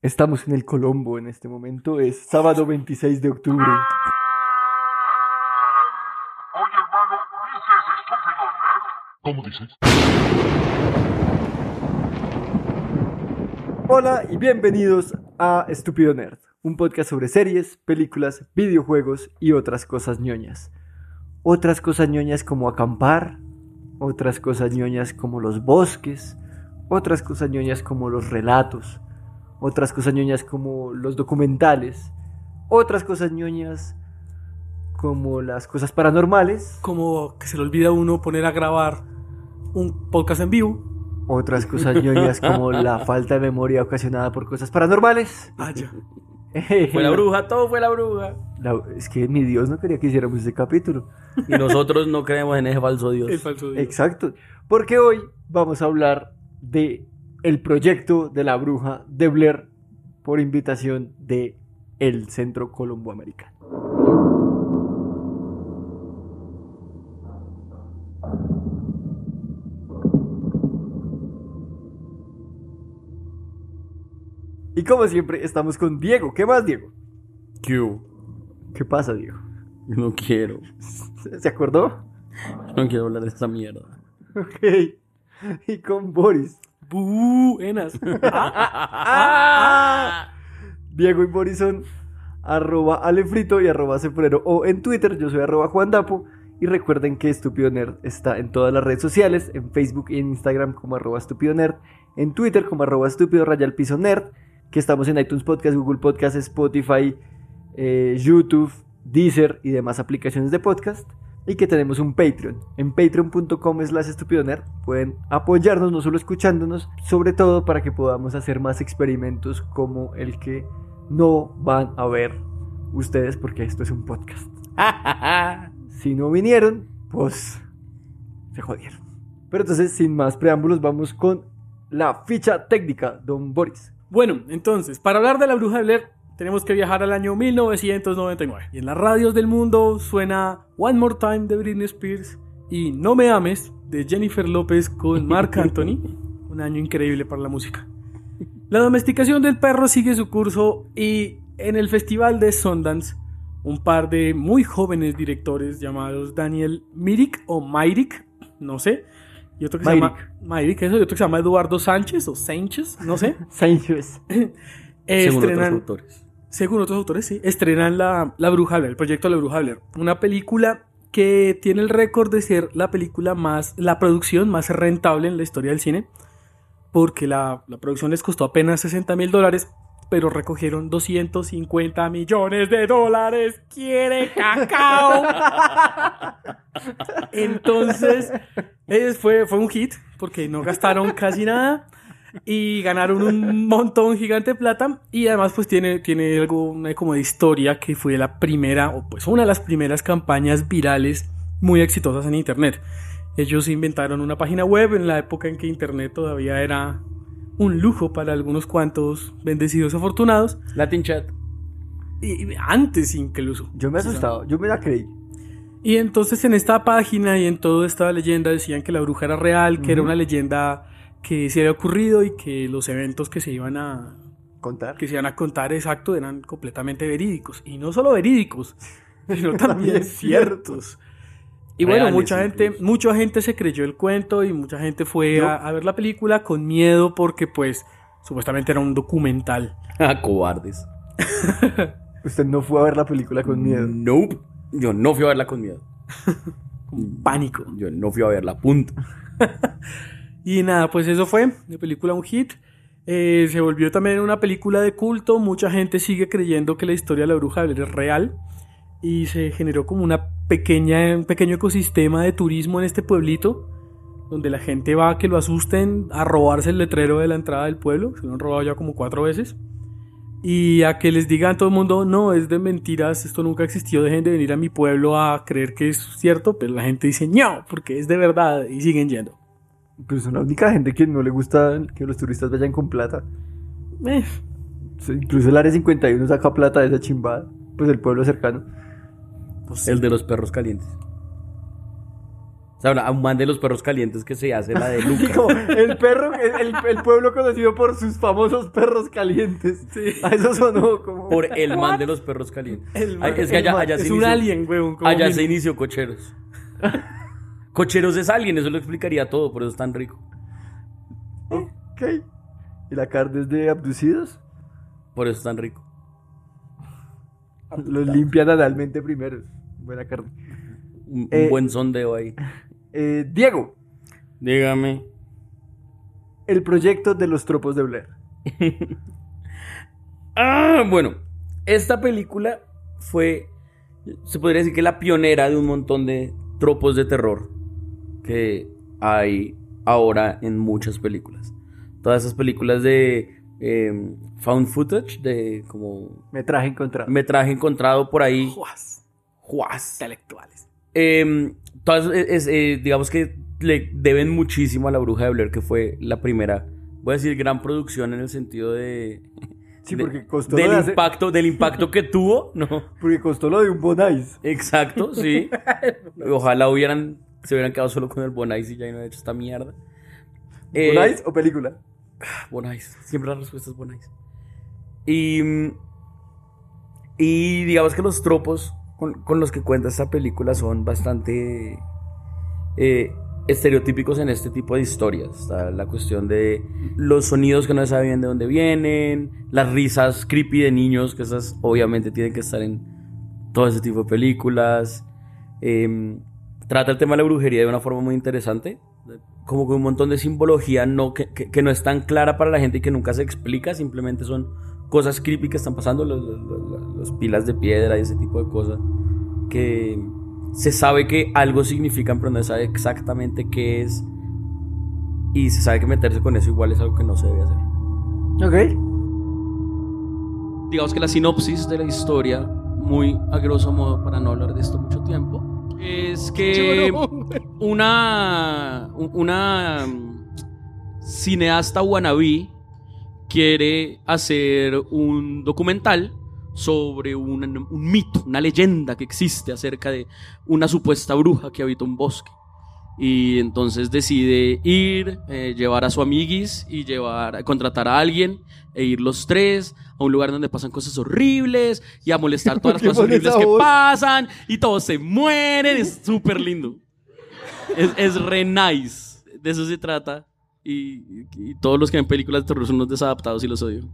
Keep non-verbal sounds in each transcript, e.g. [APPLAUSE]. Estamos en el Colombo en este momento, es sábado 26 de octubre. Oye, hermano, dices estúpido, ¿verdad? ¿Cómo dices? Hola y bienvenidos a Estúpido Nerd, un podcast sobre series, películas, videojuegos y otras cosas ñoñas. Otras cosas ñoñas como acampar, otras cosas ñoñas como los bosques, otras cosas ñoñas como los relatos, otras cosas ñoñas como los documentales, otras cosas ñoñas como las cosas paranormales, como que se le olvida a uno poner a grabar un podcast en vivo. [LAUGHS] otras cosas ñoñas como la falta de memoria ocasionada por cosas paranormales. Vaya. Fue la bruja, todo fue la bruja. La- es que mi Dios no quería que hiciéramos ese capítulo. Y nosotros no creemos en ese falso Dios. El falso Dios. Exacto. Porque hoy vamos a hablar de el proyecto de la bruja de Blair por invitación de el Centro Colombo Americano. Y como siempre estamos con Diego. ¿Qué más, Diego? ¿Qué pasa, Diego? No quiero. ¿Se se acordó? [LAUGHS] No quiero hablar de esa mierda. Ok. Y con Boris. Buenas. Ah, Diego y Boris son arroba alefrito y arroba cefrero o en Twitter, yo soy arroba juandapo y recuerden que Estúpido Nerd está en todas las redes sociales, en Facebook y en Instagram como arroba estúpido nerd, en Twitter como arroba estúpido rayal piso nerd, que estamos en iTunes Podcast, Google Podcast, Spotify, eh, YouTube, Deezer y demás aplicaciones de podcast. Y que tenemos un Patreon. En patreon.com slash estupidonerd pueden apoyarnos, no solo escuchándonos, sobre todo para que podamos hacer más experimentos como el que no van a ver ustedes porque esto es un podcast. Si no vinieron, pues se jodieron. Pero entonces, sin más preámbulos, vamos con la ficha técnica, don Boris. Bueno, entonces, para hablar de la bruja de Blair, tenemos que viajar al año 1999. Y en las radios del mundo suena One More Time de Britney Spears y No Me Ames de Jennifer López con Marc Anthony. Un año increíble para la música. La domesticación del perro sigue su curso y en el festival de Sundance, un par de muy jóvenes directores llamados Daniel Mirik o Myrick, no sé, y otro que se Myrick. llama Myrick, eso, y otro que se llama Eduardo Sánchez o Sánchez, no sé. Sánchez. Eh, Según otros estrenan- autores. según otros autores, sí, estrenan la, la Bruja Blair, el proyecto La Bruja Blair, una película que tiene el récord de ser la película más, la producción más rentable en la historia del cine, porque la, la producción les costó apenas 60 mil dólares, pero recogieron 250 millones de dólares. ¡Quiere [LAUGHS] cacao! Entonces, eh, fue, fue un hit, porque no gastaron casi nada y ganaron un montón gigante de plata y además pues tiene, tiene algo una como de historia que fue la primera o pues una de las primeras campañas virales muy exitosas en internet. Ellos inventaron una página web en la época en que internet todavía era un lujo para algunos cuantos bendecidos afortunados Latin Chat. [LAUGHS] y y antes incluso. Yo me he asustado, yo me la creí. Y entonces en esta página y en toda esta leyenda decían que la bruja era real, que era una leyenda que se había ocurrido y que los eventos que se iban a Contar. que se iban a contar exacto eran completamente verídicos. Y no solo verídicos, [LAUGHS] sino también También ciertos. Y bueno, Reales mucha gente, incluso. mucha gente se creyó el cuento y mucha gente fue a, a ver la película con miedo porque pues Supuestamente era un documental. Ah, cobardes. Usted no fue a ver la película con miedo. Nope. Yo no fui a verla con miedo. Pánico. Yo no fui a verla, punto. Y nada, pues eso fue. La película un hit. Eh, se volvió también una película de culto. Mucha gente sigue creyendo que la historia de la bruja de Blair es real. Y se generó como una pequeña, un pequeño ecosistema de turismo en este pueblito. Donde la gente va a que lo asusten a robarse el letrero de la entrada del pueblo. Se lo han robado ya como cuatro veces. Y a que les digan todo el mundo, no, es de mentiras, esto nunca existió, dejen de venir a mi pueblo a creer que es cierto, pero la gente dice, no, porque es de verdad y siguen yendo. Pues son la única gente que no le gusta que los turistas vayan con plata. Eh, Sí, Incluso el área 51 saca plata de esa chimbada. Pues el pueblo cercano. [LAUGHS] pues, El de los perros calientes. Se habla a un man de los perros calientes que se hace [LAUGHS] la de Lucas. Como el perro, el, el- el pueblo conocido por sus famosos perros calientes. A eso sonó como. Por el man de los perros calientes. Ay, es el que allá, man. allá es se un inició- alien, weón. como Allá mil- se inició [LAUGHS] Cocheros. Cocheros es alguien, eso lo explicaría todo, por eso es tan rico. e-, Ok. ¿Y la carne es de abducidos? Por eso es tan rico. Los limpian analmente primero. Buena carne. Un, un Eh. buen sondeo ahí. Eh, Diego, Dígame. el proyecto de los tropos de Blair. Ah, bueno, esta película fue, se podría decir que la pionera de un montón de tropos de terror que hay ahora en muchas películas. Todas esas películas de eh, found footage, de como Metraje encontrado. metraje encontrado por ahí. Juas, ¡Juas! intelectuales. Eh, todas, es- es- eh, digamos que le deben muchísimo a La Bruja de Blair, que fue la primera, voy a decir, gran producción en el sentido de... Sí, de- porque costó del lo de hacer- impacto, del [LAUGHS] impacto que tuvo, ¿no? Porque costó lo de un Bonais. [LAUGHS] Exacto, sí. Ojalá hubieran, se hubieran quedado solo con el Bonais y ya no hubieran hecho esta mierda. Eh, ¿Bonais o película? Bonais. Siempre la respuesta es Bonais. Y, mm, y digamos que los tropos con, con los que cuenta esta película son bastante eh, estereotípicos en este tipo de historias. Está la cuestión de los sonidos que no se sabe bien de dónde vienen, las risas creepy de niños, que esas obviamente tienen que estar en todo ese tipo de películas. Em, trata el tema de la brujería de una forma muy interesante. Como con un montón de simbología no, que, que- que no es tan clara para la gente y que nunca se explica. Simplemente son cosas creepy que están pasando, los- los- los- los- las pilas de piedra y ese tipo de cosas. Que se sabe que algo significan, pero no se sabe exactamente qué es. Y se sabe que meterse con eso igual es algo que no se debe hacer Ok. digamos que la sinopsis de la historia, muy a grosso modo, para no hablar de esto mucho tiempo, es que una, u- una mm, cineasta wannabe quiere hacer un documental sobre un, un mito, una leyenda que existe acerca de una supuesta bruja que habita un bosque. Y entonces decide ir, eh, llevar a su amiguis y llevar, contratar a alguien e ir los tres a un lugar donde pasan cosas horribles y a molestar todas las ¿Por qué pone cosas esa horribles que voz? pasan y todos se mueren. Es súper lindo. Es, es re nice. De eso se trata. Y, y todos los que ven películas de terror son unos desadaptados y los odio.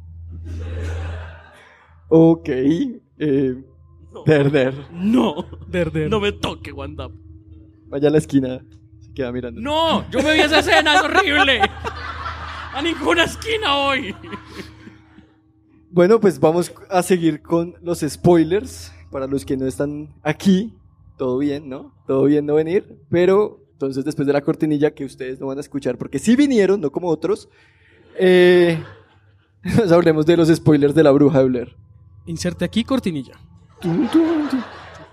Ok. eh, Perder. No, Derder. no me toque, Wanda. Vaya a la esquina. Se queda mirando. No, yo me vi esa escena, es horrible. A ninguna esquina hoy. Bueno, pues vamos a seguir con los spoilers. Para los que no están aquí, todo bien, ¿no? Todo bien no venir. Pero entonces después de la cortinilla que ustedes no van a escuchar, porque sí vinieron, no como otros, eh, [LAUGHS] nos hablemos de los spoilers de la bruja de Blair. Inserte aquí cortinilla. Tun, tun, tun.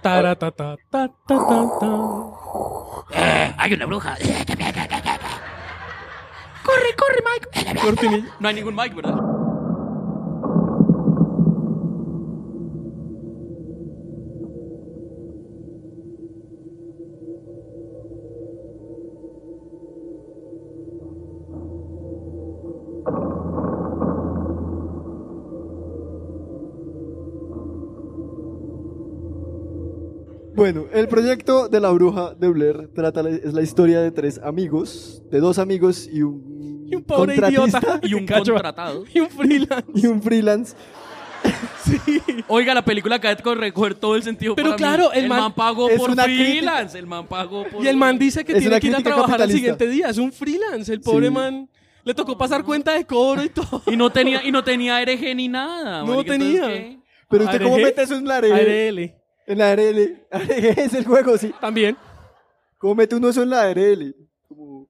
Taratata, ta, ta, ta, ta. Hay una bruja. Cortinilla. No hay ningún Mike, ¿verdad? Bueno, el proyecto de la bruja de Blair trata la- es la historia de tres amigos, de dos amigos y un, [LAUGHS] Y un pobre idiota. contratista Y un Cacho. contratado. Y un freelance. y un freelance. Oiga, Oiga, la película Cadet Corre coger todo el sentido. Pero para claro, mí. el man- pagó es por una crítica. freelance. El man pagó por. Y el man dice que Es tiene una que ir a crítica trabajar al capitalista. siguiente día. Es un freelance. El pobre Sí. man le tocó pasar cuenta de cobro y todo. [LAUGHS] Y no tenía, y no tenía RG ni nada. No marica, entonces, tenía. ¿qué? Pero usted, ¿cómo ARG? mete eso en la ARL? ARL. En la ARL. ARG es el juego, sí. También. ¿Cómo mete uno eso en la ARL? Como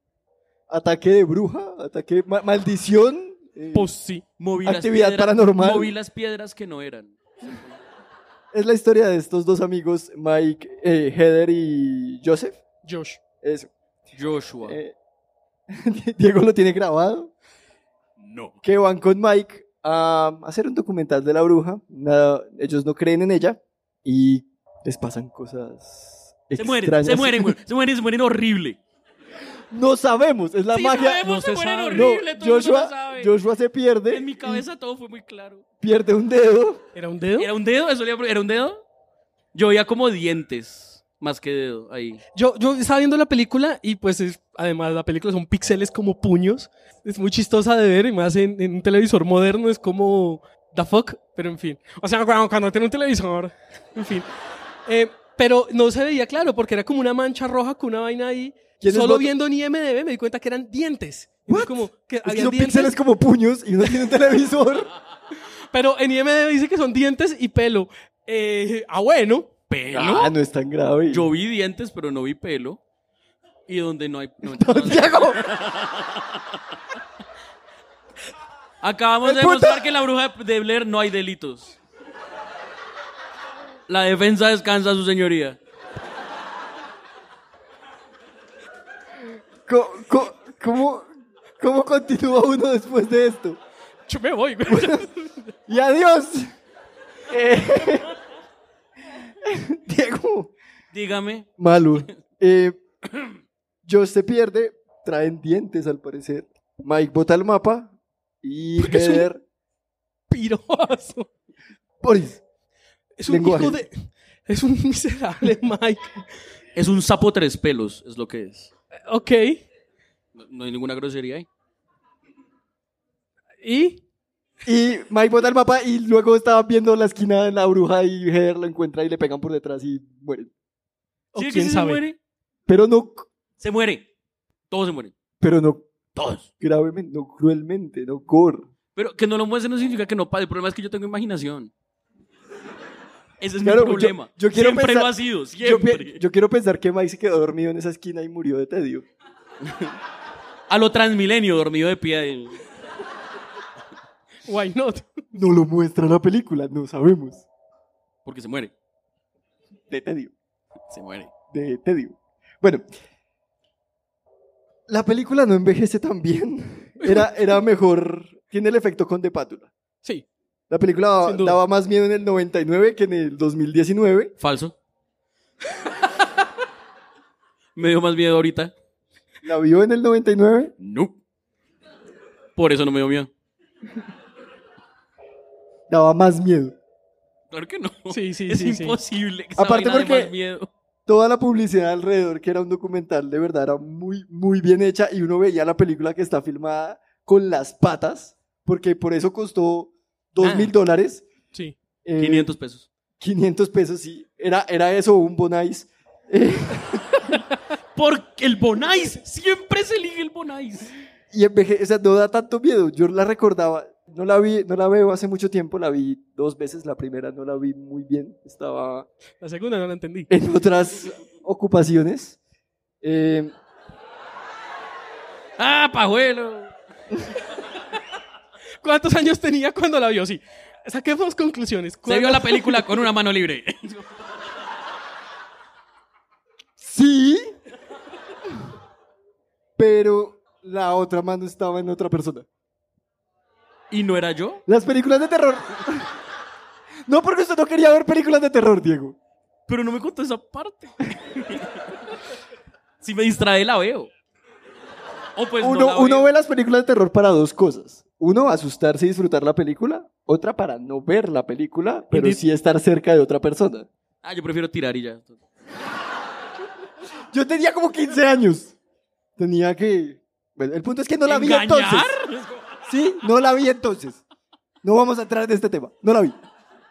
ataque de bruja, ataque de ma- maldición. eh, Pues sí. Moví las Actividad piedras- paranormal. Moví las piedras que no eran. es la historia de estos dos amigos, Mike, eh, Heather y Joseph. Josh. Eso. Joshua. Eh, [LAUGHS] Diego lo tiene grabado. No. Que van con Mike a hacer un documental de la bruja. Nada, ellos no creen en ella y les pasan cosas. se extrañas. mueren, se mueren, güey. Se mueren, se mueren horrible. [LAUGHS] No sabemos, es la Sí, magia. sabemos, no se se mueren sabe. No, horrible. todo el mundo Joshua, lo sabe. Joshua se pierde, En mi cabeza todo fue muy claro. pierde un dedo. ¿Era un dedo? ¿Era un dedo? ¿Eso le- ¿Era un dedo? Yo veía como dientes, más que dedo, ahí. Yo, yo estaba viendo la película y pues es- además la película son píxeles como puños. Es muy chistosa de ver y más en, en un televisor moderno es como the fuck, pero en fin. O sea, cuando, cuando tiene un televisor, en fin. Eh, pero no se veía claro porque era como una mancha roja con una vaina ahí. ¿Quiénes Solo votan? viendo en IMDB me di cuenta que eran dientes. Y What? Como que Es que habían son dientes, píxeles como puños y uno tiene un televisor. pero en IMDB dice que son dientes y pelo. Eh, ah, bueno, pelo. Ah, no es tan grave. Yo vi dientes, pero no vi pelo. Y donde no hay. no, Don [LAUGHS] no- Diego, acabamos de [LAUGHS] ¡El puta! demostrar que en la bruja de Blair no hay delitos. La defensa descansa, su señoría. co- co- ¿cómo, ¿cómo continúa uno después de esto? Yo me voy. güey. Y adiós. Eh, [LAUGHS] Diego. Dígame. Malo. Eh, Josh se pierde. Traen dientes al parecer. Mike bota el mapa. Y es un- Heather. Piroso. Boris. Es un Lenguaje. hijo de. Es un miserable [LAUGHS] Mike. Es un sapo tres pelos, es lo que es. Ok. No, no hay ninguna grosería ahí. ¿Y? Y Mike bota el mapa. Y luego estaban viendo la esquina de la bruja. Y Heather lo encuentra y le pegan por detrás y mueren. ¿O ¿Sí que quién sí sabe? Se muere. Pero no. Se muere. Todos se mueren. Pero no Todos. gravemente. No cruelmente. No gore. Pero que no lo muestren no significa que no pase. El problema es que yo tengo imaginación. Ese es Claro, mi yo- problema. yo quiero siempre pensar- lo ha sido, Yo, siempre. pi- yo quiero pensar que Mike se quedó dormido en esa esquina y murió de tedio. A lo transmilenio, dormido de pie. Why not? No lo muestra la película. No sabemos. Porque se muere. De tedio. Se muere. de Tedio. Bueno, la película no envejece tan bien. Era, era mejor. Tiene el efecto con de pátula. Sí. La película daba, Sin duda. daba más miedo en el 99 que en el 2019. Falso. [LAUGHS] Me dio más miedo ahorita. ¿La vio en el 99? No. Por eso no me dio miedo. Daba más miedo. Claro que no. Sí, [LAUGHS] sí, es sí, sí. imposible. que esa Aparte vaina dé porque- más miedo. Toda la publicidad alrededor, que era un documental, de verdad era muy, muy bien hecha y uno veía la película que está filmada con las patas, porque por eso costó 2 mil dólares. Sí. Eh, 500 pesos. 500 pesos, sí. Era, era eso, un bonais. Eh, Porque el Bonais. Siempre se elige el Bonais. y enveje, o sea, no da tanto miedo. Yo la recordaba, no la vi, no la veo hace mucho tiempo, la vi dos veces, la primera no la vi muy bien, estaba La segunda no la entendí. en otras ocupaciones. Eh, Ah, pajuelo. ¿Cuántos años tenía cuando la vio? Sí. Saquemos conclusiones. Se vio la película con una mano libre. sí, pero la otra mano estaba en otra persona. ¿Y no era yo? Las películas de terror. [LAUGHS] No porque usted no quería ver películas de terror, Diego. Pero no me contó [LAUGHS] esa parte. si me distrae, la veo. O pues no uno, la uno veo. ve las películas de terror para dos cosas. Uno, asustarse y disfrutar la película. Otra, para no ver la película, pero Indeed. sí estar cerca de otra persona. Ah, yo prefiero tirar y ya. Yo tenía como 15 años. Tenía que... Bueno, el punto es que no la vi ¿Engañar? entonces. [LAUGHS] Sí, no la vi entonces. No vamos a entrar en este tema. No la vi.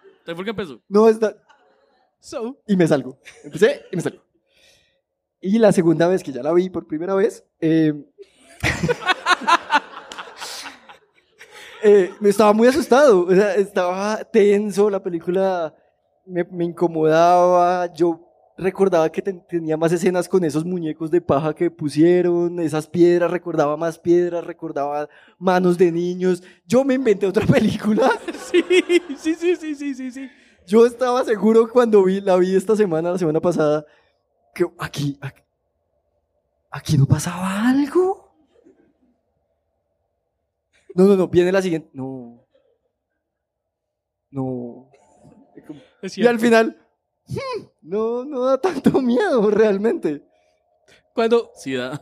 ¿Entonces por qué empezó? No está... So, y me salgo. Empecé y me salgo. Y la segunda vez que ya la vi por primera vez, eh, [LAUGHS] eh, me estaba muy asustado, o sea, estaba tenso, la película me, me incomodaba, yo recordaba que ten- tenía más escenas con esos muñecos de paja que pusieron, esas piedras, recordaba más piedras, recordaba manos de niños, yo me inventé otra [LAUGHS] película. sí, sí, sí, sí, sí, sí, sí. Yo estaba seguro cuando vi, la vi esta semana, la semana pasada, que aquí, aquí, aquí no pasaba algo. No, no, no, viene la siguiente. No. No. Es Y cierto. al final, hmm, no, no da tanto miedo realmente. [LAUGHS] Cuando, Sí, [LAUGHS] da.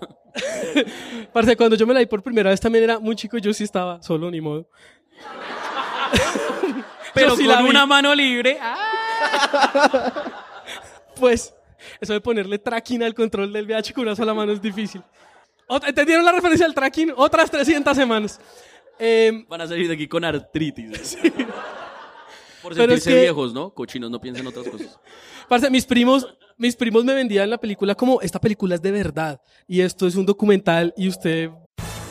parce, cuando yo me la vi por primera vez también era muy chico, yo sí estaba solo, ni modo. Pero Yo sí con la vi. una mano libre. ah, Pues, eso de ponerle tracking al control del VH con una sola mano es difícil. Ot- ¿Entendieron la referencia al tracking? Otras 300 semanas. Em, Van a salir de aquí con [LAUGHS] artritis. Por Pero sentirse es que- viejos, ¿no? Cochinos, no piensen otras cosas. Parce, mis primos, mis primos me vendían la película como esta película es de verdad y esto es un documental y usted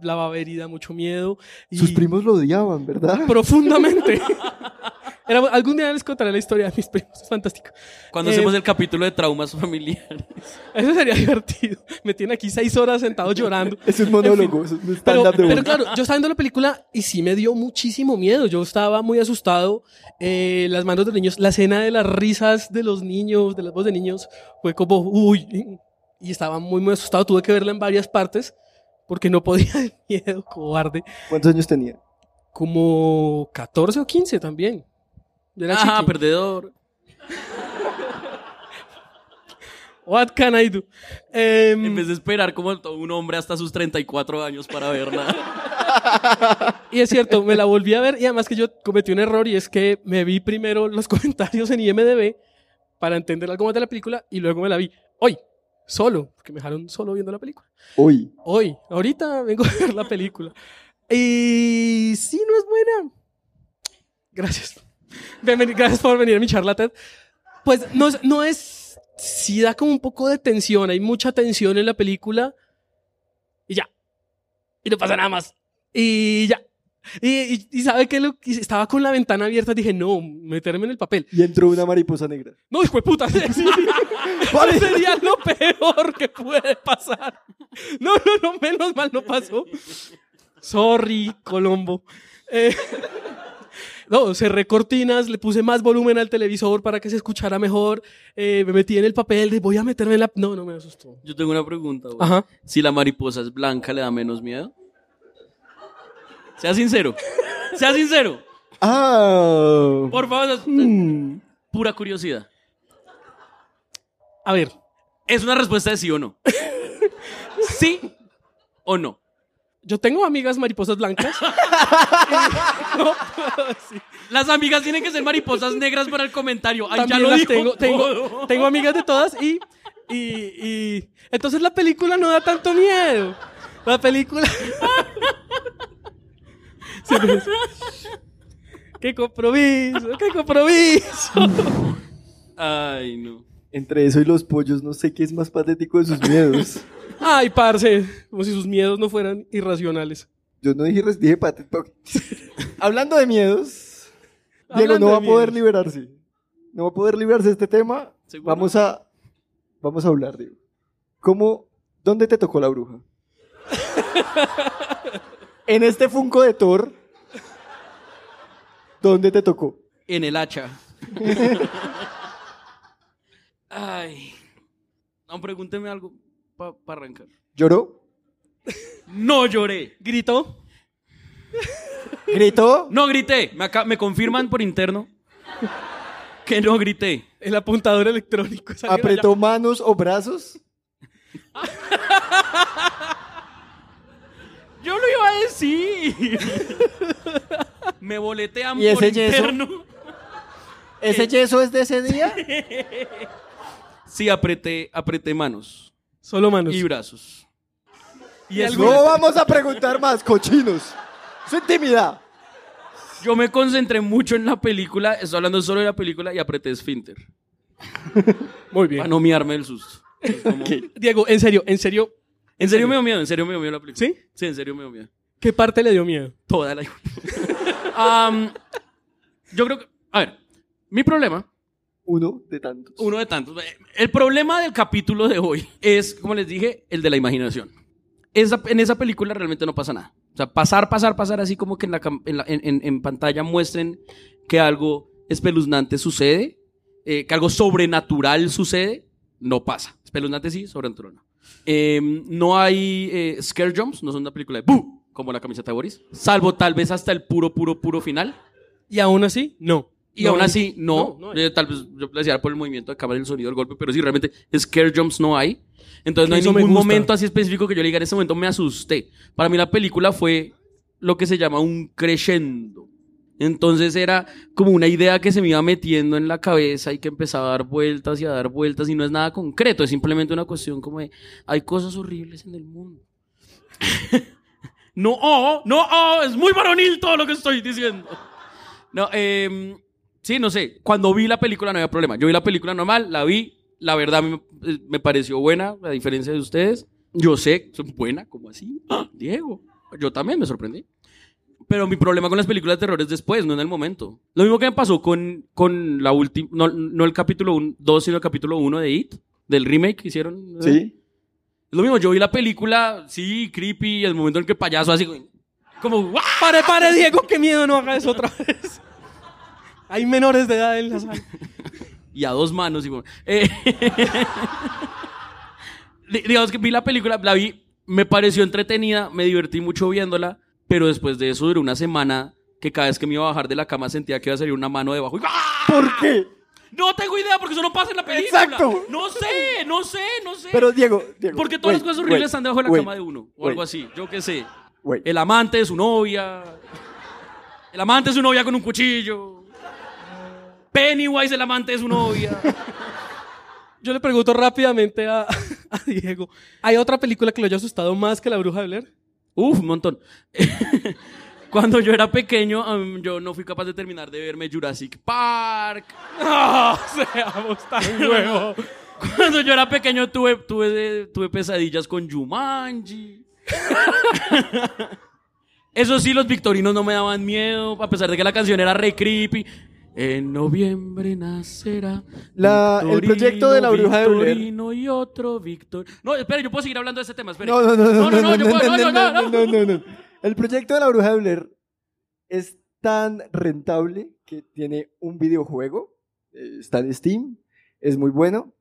la va a ver y da mucho miedo. Y Sus primos lo odiaban, ¿verdad? Profundamente. [LAUGHS] Era- algún día les contaré la historia de mis primos, es fantástico. Cuando Eh, hacemos el capítulo de traumas familiares. Eso sería divertido. Me tienen aquí seis horas sentado llorando. Es un monólogo, es un Pero, stand-up de pero uno. claro, yo estaba viendo la película y sí me dio muchísimo miedo. Yo estaba muy asustado. Eh, las manos de los niños, la escena de las risas de los niños, de las voces de niños, fue como, uy. Y estaba muy, muy asustado. Tuve que verla en varias partes porque no podía [LAUGHS] de miedo, cobarde. ¿Cuántos años tenía? Como 14 o 15 también. Yo [LAUGHS] era Ah, chiqui. perdedor. What can I do? Em, En vez de esperar como to- un hombre hasta sus 34 años para ver [LAUGHS] nada. Y es cierto, me la volví a ver y además que yo cometí un error y es que me vi primero los [LAUGHS] comentarios en IMDB para entender algo más de la película y luego me la vi hoy, solo, porque me dejaron solo viendo la película. Hoy. Hoy, ahorita vengo [LAUGHS] a ver la película. Y sí, no es buena. Gracias. Bienveni- gracias por venir a mi charla TED. Pues no, es- no es... Sí da como un poco de tensión, hay mucha tensión en la película. Y ya. Y no pasa nada más. Y ya. Y, y- y sabe que lo, y estaba con la ventana abierta, dije, no, meterme en el papel. Y entró una mariposa [LAUGHS] negra. No, hijo de puta. sí, sí. Vale. [LAUGHS] Sería lo peor que puede pasar. No, no, no, menos mal no pasó. Sorry, Colombo. Eh, no, cerré cortinas, le puse más volumen al televisor para que se escuchara mejor. eh, me metí en el papel de voy a meterme en la. No, no me asustó. Yo tengo una pregunta, güey. Ajá. Si la mariposa es blanca, ¿le da menos miedo? Sea sincero. Sea sincero. Ah. Por favor, es- Hmm. pura curiosidad. A ver, Es una respuesta de sí o [LAUGHS] no. ¿Sí o no? yo tengo amigas mariposas blancas. No puedo decir. Las amigas tienen que ser mariposas negras para el comentario. Ay, ya También lo las dijo tengo, tengo, [LAUGHS] todo. tengo amigas de todas y, y, y- Entonces la película no da tanto miedo. La película... [LAUGHS] Sí, pues. ¡Qué compromiso! ¡Qué compromiso! Ay, no. Entre eso y los pollos, no sé qué es más patético de sus [LAUGHS] miedos. Ay, parce, como si sus miedos no fueran irracional Yo no dije, res- dije patético. [LAUGHS] Hablando de miedos, Diego Hablando no va a de poder miedos. liberarse. No va a poder liberarse de este tema. ¿Seguro? Vamos a, vamos a hablar, Diego. ¿Cómo, dónde te tocó la bruja? en este Funko de Thor, ¿dónde te tocó? En el hacha. Ay. No, pregúnteme algo para arrancar. ¿Lloró? No lloré. Gritó. ¿Gritó? No grité. Me, aca- me confirman por interno [LAUGHS] que no grité. El apuntador electrónico. salió allá. ¿Apretó manos o brazos? Yo lo iba a decir. me boletean ¿Y por ese yeso? interno. ¿Ese yeso es de ese día? Sí, apreté, apreté manos Solo manos. y brazos. Y algo- No vamos a preguntar más, cochinos. Su intimidad. Yo me concentré mucho en la película, estoy hablando solo de la película y apreté esfínter. Para Muy bien. no miarme el susto. Como- Diego, en serio, en serio, En serio me dio miedo, en serio me dio miedo la película. ¿Sí? Sí, en serio me dio miedo. ¿qué parte le dio miedo? Toda la. [LAUGHS] Am, yo creo que. A ver, mi problema, Uno de tantos. uno de tantos. eh, El problema del capítulo de hoy es, como les dije, el de la imaginación. Esa- en esa película realmente no pasa nada. O sea, pasar, pasar, pasar, así como que en, la, cam- en, la- en- en- en pantalla muestren que algo espeluznante sucede, eh, que algo sobrenatural sucede, no pasa. Espeluznante sí, sobrenatural no. Eh, no hay eh, scare jumps, no son una película de ¡bu! como la camiseta de Boris, salvo tal vez hasta el puro, puro, puro final. Y aún así, no. Y No aún hay- así, no. no, no hay. Yo tal vez yo le decía por el movimiento de cámara y el sonido del golpe, pero sí, realmente scare jumps no hay. Entonces no hay Eso me ningún gusta. momento así específico que yo le diga en ese momento me asusté. Para mí la película fue lo que se llama un crescendo. Entonces era como una idea que se me iba metiendo en la cabeza y que empezaba a dar vueltas y a dar vueltas y no es nada concreto, es simplemente una cuestión como de hay cosas horribles en el mundo. no, oh, no, oh, es muy varonil todo lo que estoy diciendo. No, eh, sí, no sé. Cuando vi la película no había problema. Yo vi la película normal, la vi. La verdad me, eh, me pareció buena, a diferencia de ustedes. Yo sé, son buena, como así. ¡Ah! Diego, yo también me sorprendí. Pero mi problema con las películas de terror es después, no en el momento. Lo mismo que me pasó con, con la última, no, no el capítulo 2, sino el capítulo 1 de It, del remake que hicieron. ¿no? Sí. Es lo mismo, yo vi la película, sí, creepy, el momento en que el payaso así, como, ¡guau! Pare, pare, Diego, qué miedo, no haga eso otra [LAUGHS] vez. Hay menores de edad en la sala. y a dos manos. Y, bueno, eh, [LAUGHS] di- digamos que vi la película, la vi, me pareció entretenida, me divertí mucho viéndola, pero después de eso duró una semana que cada vez que me iba a bajar de la cama sentía que iba a salir una mano debajo. Y, ¡ah! ¿Por qué? No tengo idea porque eso no pasa en la película. Exacto. No sé, no sé, no sé. Pero Diego, Diego. porque todas las wait, cosas horribles wait, están debajo de la wait, cama de uno, o wait, algo así, yo qué sé. wait. El amante de su novia. El amante de su novia con un cuchillo. Pennywise, el amante de su novia. Yo le pregunto rápidamente a, [LAUGHS] a Diego. ¿Hay otra película que lo haya asustado más que La Bruja [LAUGHS] de Blair? Uf, un montón. [LAUGHS] Cuando yo era pequeño, um, yo no fui capaz de terminar de verme Jurassic Park. No, seamos tan huevo. Cuando yo era pequeño tuve, tuve, tuve pesadillas con Jumanji. Eso sí, los victorinos no me daban miedo, a pesar de que la canción era re creepy. En noviembre nacerá. La- el proyecto de la bruja de Blair. Victorino y otro Victor. No, espere, yo puedo seguir hablando de ese tema. Espere. No, no, no, no, no, no, yo no, puedo- no, no, no, no, no, no, no, no. El proyecto de la bruja de Blair es tan rentable que tiene un videojuego, eh, está en Steam, es muy bueno,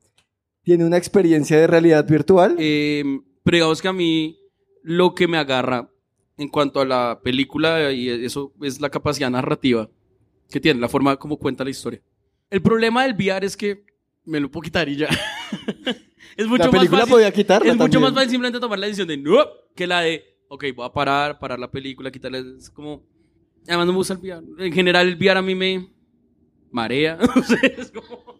tiene una experiencia de realidad virtual. Eh, pero digamos que a mí lo que me agarra en cuanto a la película y eso es la capacidad narrativa que tiene, la forma como cuenta la historia. El problema del VR es que me lo puedo quitar y ya. [LAUGHS] es mucho la más película fácil. podía quitarla Es mucho también. más fácil simplemente tomar la decisión de no que la de, ok, voy a parar, parar la película, quitarle. Es como. Además, no me gusta el VR. En general, el VR a mí me marea. [LAUGHS] O sea, es como.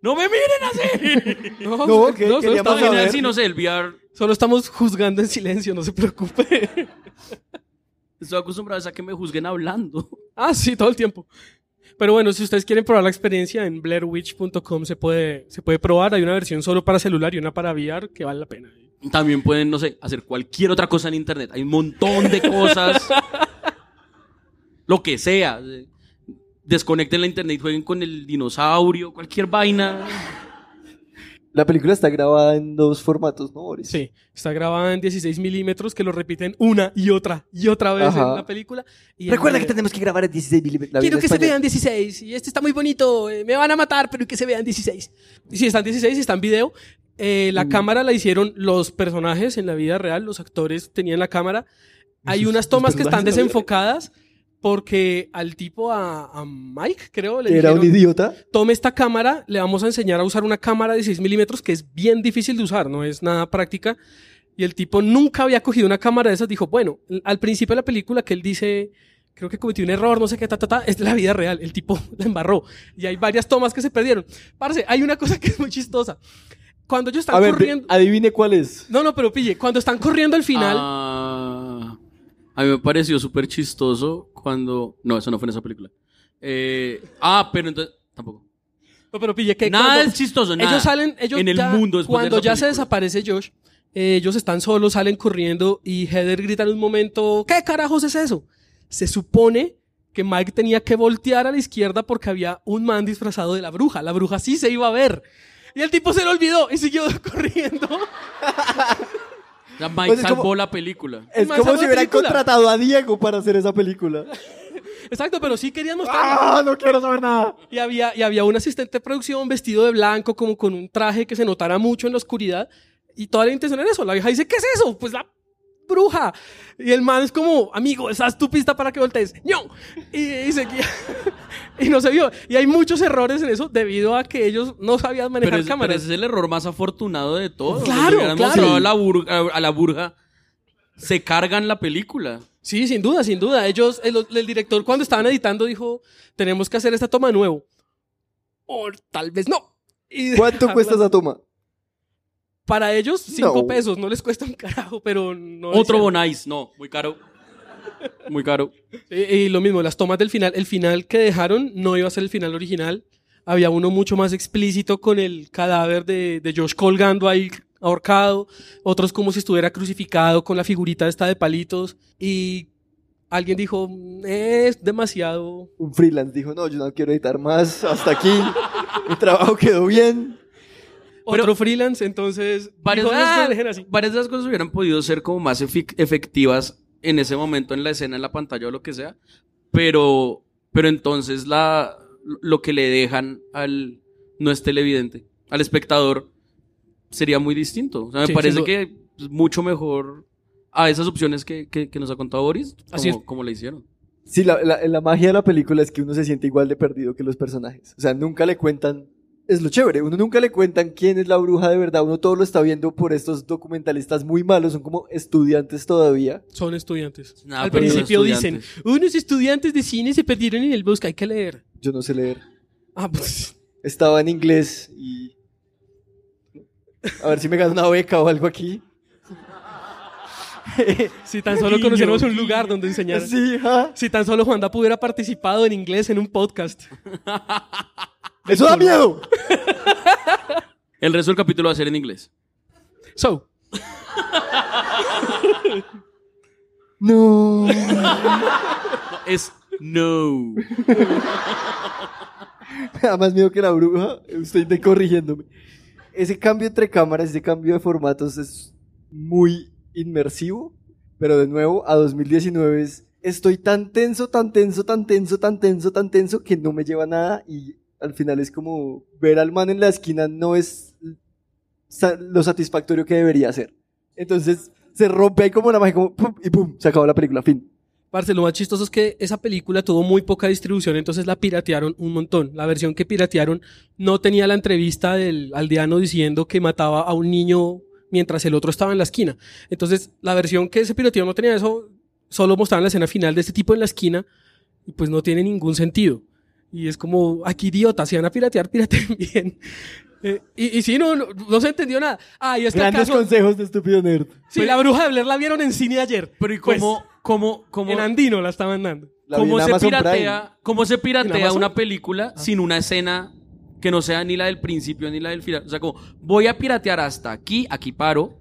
¡No me miren así! No, No, ¿qué? solo, Queríamos estamos, También saber. así, no sé, el VR. solo estamos juzgando en silencio, no se preocupe. [LAUGHS] Estoy acostumbrado a que me juzguen hablando. Ah, sí, todo el tiempo. Pero bueno, si ustedes quieren probar la experiencia en blairwitch.com se puede, se puede probar. Hay una versión solo para celular y una para VR que vale la pena. También pueden, no sé, hacer cualquier otra cosa en internet. Hay un montón de [LAUGHS] cosas. Lo que sea. Desconecten la internet, jueguen con el dinosaurio, cualquier vaina. La película está grabada en dos formatos, ¿no, Boris? Sí, está grabada en 16 milímetros que lo repiten una y otra y otra vez Ajá. en la película. Y en Recuerda la- que tenemos que grabar en 16 milímetros. Quiero que se vean 16 y este está muy bonito, eh, me van a matar, pero que se vean 16. Y si están 16, está en video. Eh, Mm. la cámara la hicieron los personajes en la vida real, los actores tenían la cámara. Hay unas tomas que están personajes en la vida desenfocadas porque al tipo, a, a Mike, creo, le Era un dijeron, idiota. tome esta cámara, le vamos a enseñar a usar una cámara de 6 milímetros que es bien difícil de usar, no es nada práctica. Y el tipo nunca había cogido una cámara de esas, dijo, bueno, al principio de la película que él dice, creo que cometí un error, no sé qué, ta, ta, ta, es la vida real, el tipo [LAUGHS] la embarró. Y hay varias tomas que se perdieron. Parce, hay una cosa que es muy chistosa. Cuando ellos están A ver, corriendo... adivine cuál es. No, no, pero pille, cuando están corriendo al final... Ah, a mí me pareció súper chistoso cuando. No, eso no fue en esa película. Eh, ah, pero entonces. Tampoco. No, pero pille, que nada cuando- es chistoso, nada. Ellos salen, ellos en el ya- mundo después cuando de esa ya se película. desaparece Josh, eh, ellos están solos, salen corriendo y Heather grita en un momento, ¿qué carajos es eso? Se supone que Mike tenía que voltear a la izquierda porque había un man disfrazado de la bruja. La bruja sí se iba a ver. Y el tipo se lo olvidó y siguió [LAUGHS] corriendo. O sea, Mike O Pues sea, es salvó como- la película. Es Más como esa si hubieran película. contratado a Diego para hacer esa [LAUGHS] película. Exacto, pero sí querían mostrarlo. ¡Ah! No quiero saber nada. Y había, y había un asistente de producción vestido de blanco, como con un traje que se notara mucho en la oscuridad. Y toda la intención era eso. La vieja dice, ¿qué es eso? Pues la bruja. Y el man es como, amigo, esa es tu pista para que voltees. ¡No! Y, y seguía. [LAUGHS] y no se vio. Y hay muchos errores en eso debido a que ellos no sabían manejar Pero, es- pero cámaras. ese es el error más afortunado de todo. Claro, claro. a la, bur- a- a la burja, se cargan la película. Sí, sin duda, sin duda. Ellos, el, el director cuando estaban editando dijo, tenemos que hacer esta toma de nuevo. O tal vez no. Y ¿Cuánto [LAUGHS] dejarla- cuesta esa toma? Para ellos, cinco No. pesos, no les cuesta un carajo, pero no. Otro decían- Bonais, no, muy caro. Muy caro. Y, y lo mismo, las tomas del final. El final que dejaron no iba a ser el final original. Había uno mucho más explícito con el cadáver de, de Josh colgando ahí ahorcado. Otros como si estuviera crucificado con la figurita esta de palitos. Y alguien dijo, "Eh, es demasiado. Un freelance dijo, no, yo no quiero editar más, hasta aquí, mi trabajo quedó bien. Pero- Otro freelance, entonces... Varias, dijo, de las "Ah, cosas- dejen así". varias de las cosas hubieran podido ser como más efic- efectivas en ese momento, en la escena, en la pantalla o lo que sea. Pero, pero entonces la, lo que le dejan al no es televidente, al espectador, sería muy distinto. O sea, me Sí, parece sin duda. que es mucho mejor a esas opciones que, que- que nos ha contado Boris, como, Así es. como le hicieron. Sí, la, la- la magia de la película es que uno se siente igual de perdido que los personajes. O sea, nunca le cuentan, es lo chévere, uno nunca le cuentan quién es la bruja de verdad, uno todo lo está viendo por estos documentalistas muy malos, son como estudiantes todavía. Ah. Son estudiantes. Nah, Al Ah, pero son principio dicen, estudiantes. unos estudiantes de cine se perdieron en el bosque, hay que leer. Yo no sé leer. Ah, pues... Estaba en inglés y... A ver si me gano una beca o algo aquí. Si [LAUGHS] tan solo conociéramos un lugar donde enseñar. Sí, ja. Si tan solo Juanda hubiera participado en inglés en un podcast. ¡Eso da miedo! El resto del capítulo va a ser en inglés. So, No. Es [LAUGHS] no. Pues, [LAUGHS] Me da más miedo que la bruja. Estoy de corrigiéndome. Ese cambio entre cámaras, ese cambio de formatos es muy inmersivo. Pero de nuevo, a 2019 es, estoy tan tenso, tan tenso, tan tenso, tan tenso, tan tenso que no me lleva a nada. Y al final es como ver al man en la esquina no es sa- lo satisfactorio que debería ser. Entonces se rompe ahí como la magia, como pum, y pum, se acabó la película, fin. parce, lo más chistoso es que esa película tuvo muy poca distribución, entonces la piratearon un montón. La versión que piratearon no tenía la entrevista del aldeano diciendo que mataba a un niño mientras el otro estaba en la esquina. Entonces, la versión que se pirateó no tenía eso, solo mostraban la escena final de este tipo en la esquina y pues no tiene ningún sentido. Y es como, aquí idiota, si van a piratear, pirateen [LAUGHS] bien. Eh, y, y sí, no, no, no se entendió nada. Ah, y es Este que Grandes acaso... consejos de estúpido nerd. Sí, la bruja de Blair la vieron en cine ayer. Pero ¿y Pues, cómo, cómo, cómo, en Andino la estaban dando. La vi ¿Cómo en se, Amazon piratea, cómo se ¿En piratea Amazon? una Ah. película sin una escena que no sea ni la del principio ni la del final? O sea, como voy a piratear hasta aquí, aquí [LAUGHS] paro.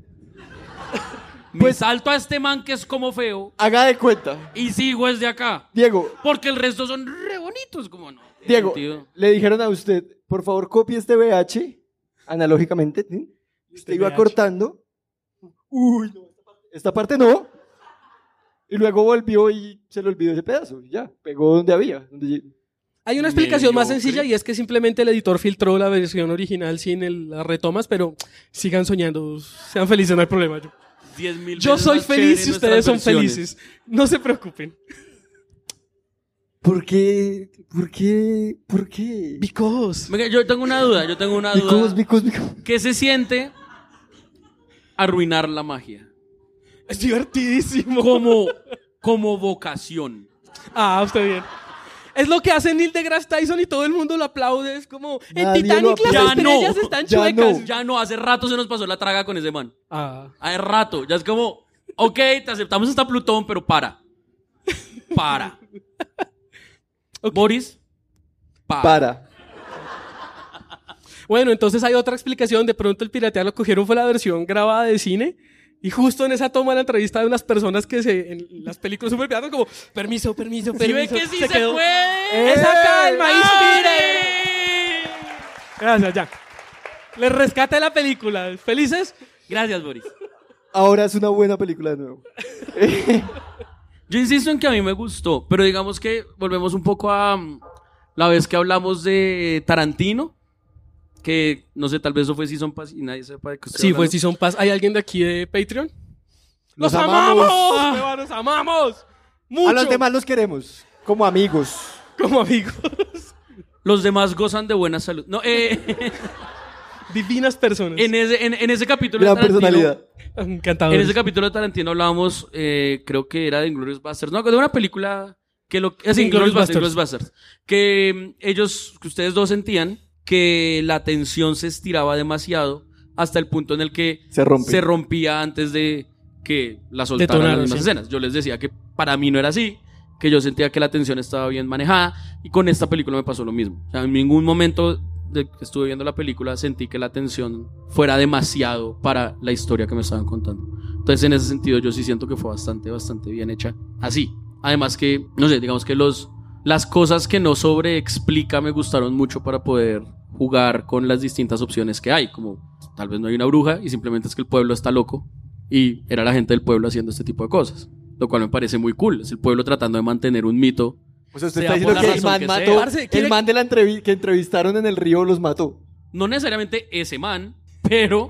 Me Pues salto a este man que es como feo Haga de cuenta. y sigo desde acá. Diego, Porque el resto son re bonitos, como no. Diego, Sentido. le dijeron a usted, por favor copie este VH, analógicamente, ¿sí? usted usted iba VH. cortando. Uy, no, esta parte- esta parte no. Y luego volvió y se le olvidó ese pedazo. y Ya, pegó donde había. donde- Hay una explicación más Mediocre. sencilla y es que simplemente el editor filtró la versión original sin el- las retomas, pero sigan soñando, sean felices, no hay problema. Yo, 10.000 yo veces soy más chévere feliz y nuestras ustedes son versiones. felices. No se preocupen. ¿Por qué? ¿Por qué? ¿Por qué? Because. Venga, yo tengo una duda, yo tengo una duda. Because, because, because. ¿Qué se siente arruinar la magia? Es divertidísimo. Como, como vocación. Ah, usted bien. Es lo que hace Neil deGrasse Tyson y todo el mundo lo aplaude. Es como, en Nadie lo Titanic las aplaude. Ya no, estrellas están ya chuecas. no. Ya no, hace rato se nos pasó la traga con ese man. Ah, Hace rato, ya es como, ok, te aceptamos hasta Plutón, pero para. Para. Boris, para. Para. Bueno, entonces hay otra explicación. De pronto el piratear lo cogieron fue la versión grabada de cine. Y justo en esa toma la entrevista de unas personas que se, en las películas super piratas como, permiso, permiso, ¿Sí permiso. ven que sí se, quedó. "Eh, puede? Esa calma, inspire. ¡Boris! Gracias, Jack. Les rescata de la película. ¿Felices? Gracias, Boris. Ahora es una buena película de nuevo. Yo insisto en que a mí me gustó, pero digamos que volvemos un poco a mm, la vez que hablamos de Tarantino, que no sé, tal vez eso fue Season Pass y nadie sepa de qué estoy Sí, pues fue hablando. Season Pass. ¿Hay alguien de aquí de Patreon? Los ¡Los, amamos! amamos. Ah. huevón, ¡Los amamos! Mucho. A los demás los queremos. Como amigos. Como amigos. Los demás gozan de buena salud. No, eh, [LAUGHS] Divinas personas. en, ese, en, en ese capítulo Gran de Tarantino, personalidad. En Encantadores. ese capítulo de Tarantino hablábamos, eh, creo que era de Inglourious Basterds, no, de una película que lo es Sí, Inglourious Inglourious Basterds, Inglourious Basterds, que mm, ellos, que ustedes dos sentían que la tensión se estiraba demasiado hasta el punto en el que Se rompe. se rompía antes de que la soltaran las Detonaron, mismas sí. escenas. Yo les decía que para mí no era así, que yo sentía que la tensión estaba bien manejada y con esta película me pasó lo mismo. O sea, en ningún momento de que estuve viendo la película sentí que la tensión fuera demasiado para la historia que me estaban contando. Entonces, en ese sentido, yo sí siento que fue bastante, bastante bien hecha así. Además que, no sé, digamos que los, las cosas que no sobreexplica me gustaron mucho para poder jugar con las distintas opciones que hay, como tal vez no hay una bruja y simplemente es que el pueblo está loco y era la gente del pueblo haciendo este tipo de cosas, lo cual me parece muy cool. Es el pueblo tratando de mantener un mito. O sea, usted Sea está diciendo por la que el razón man que mató. sea. Parce, ¿quiere- el man de la entrevi- que entrevistaron en el río los mató. No necesariamente ese man, pero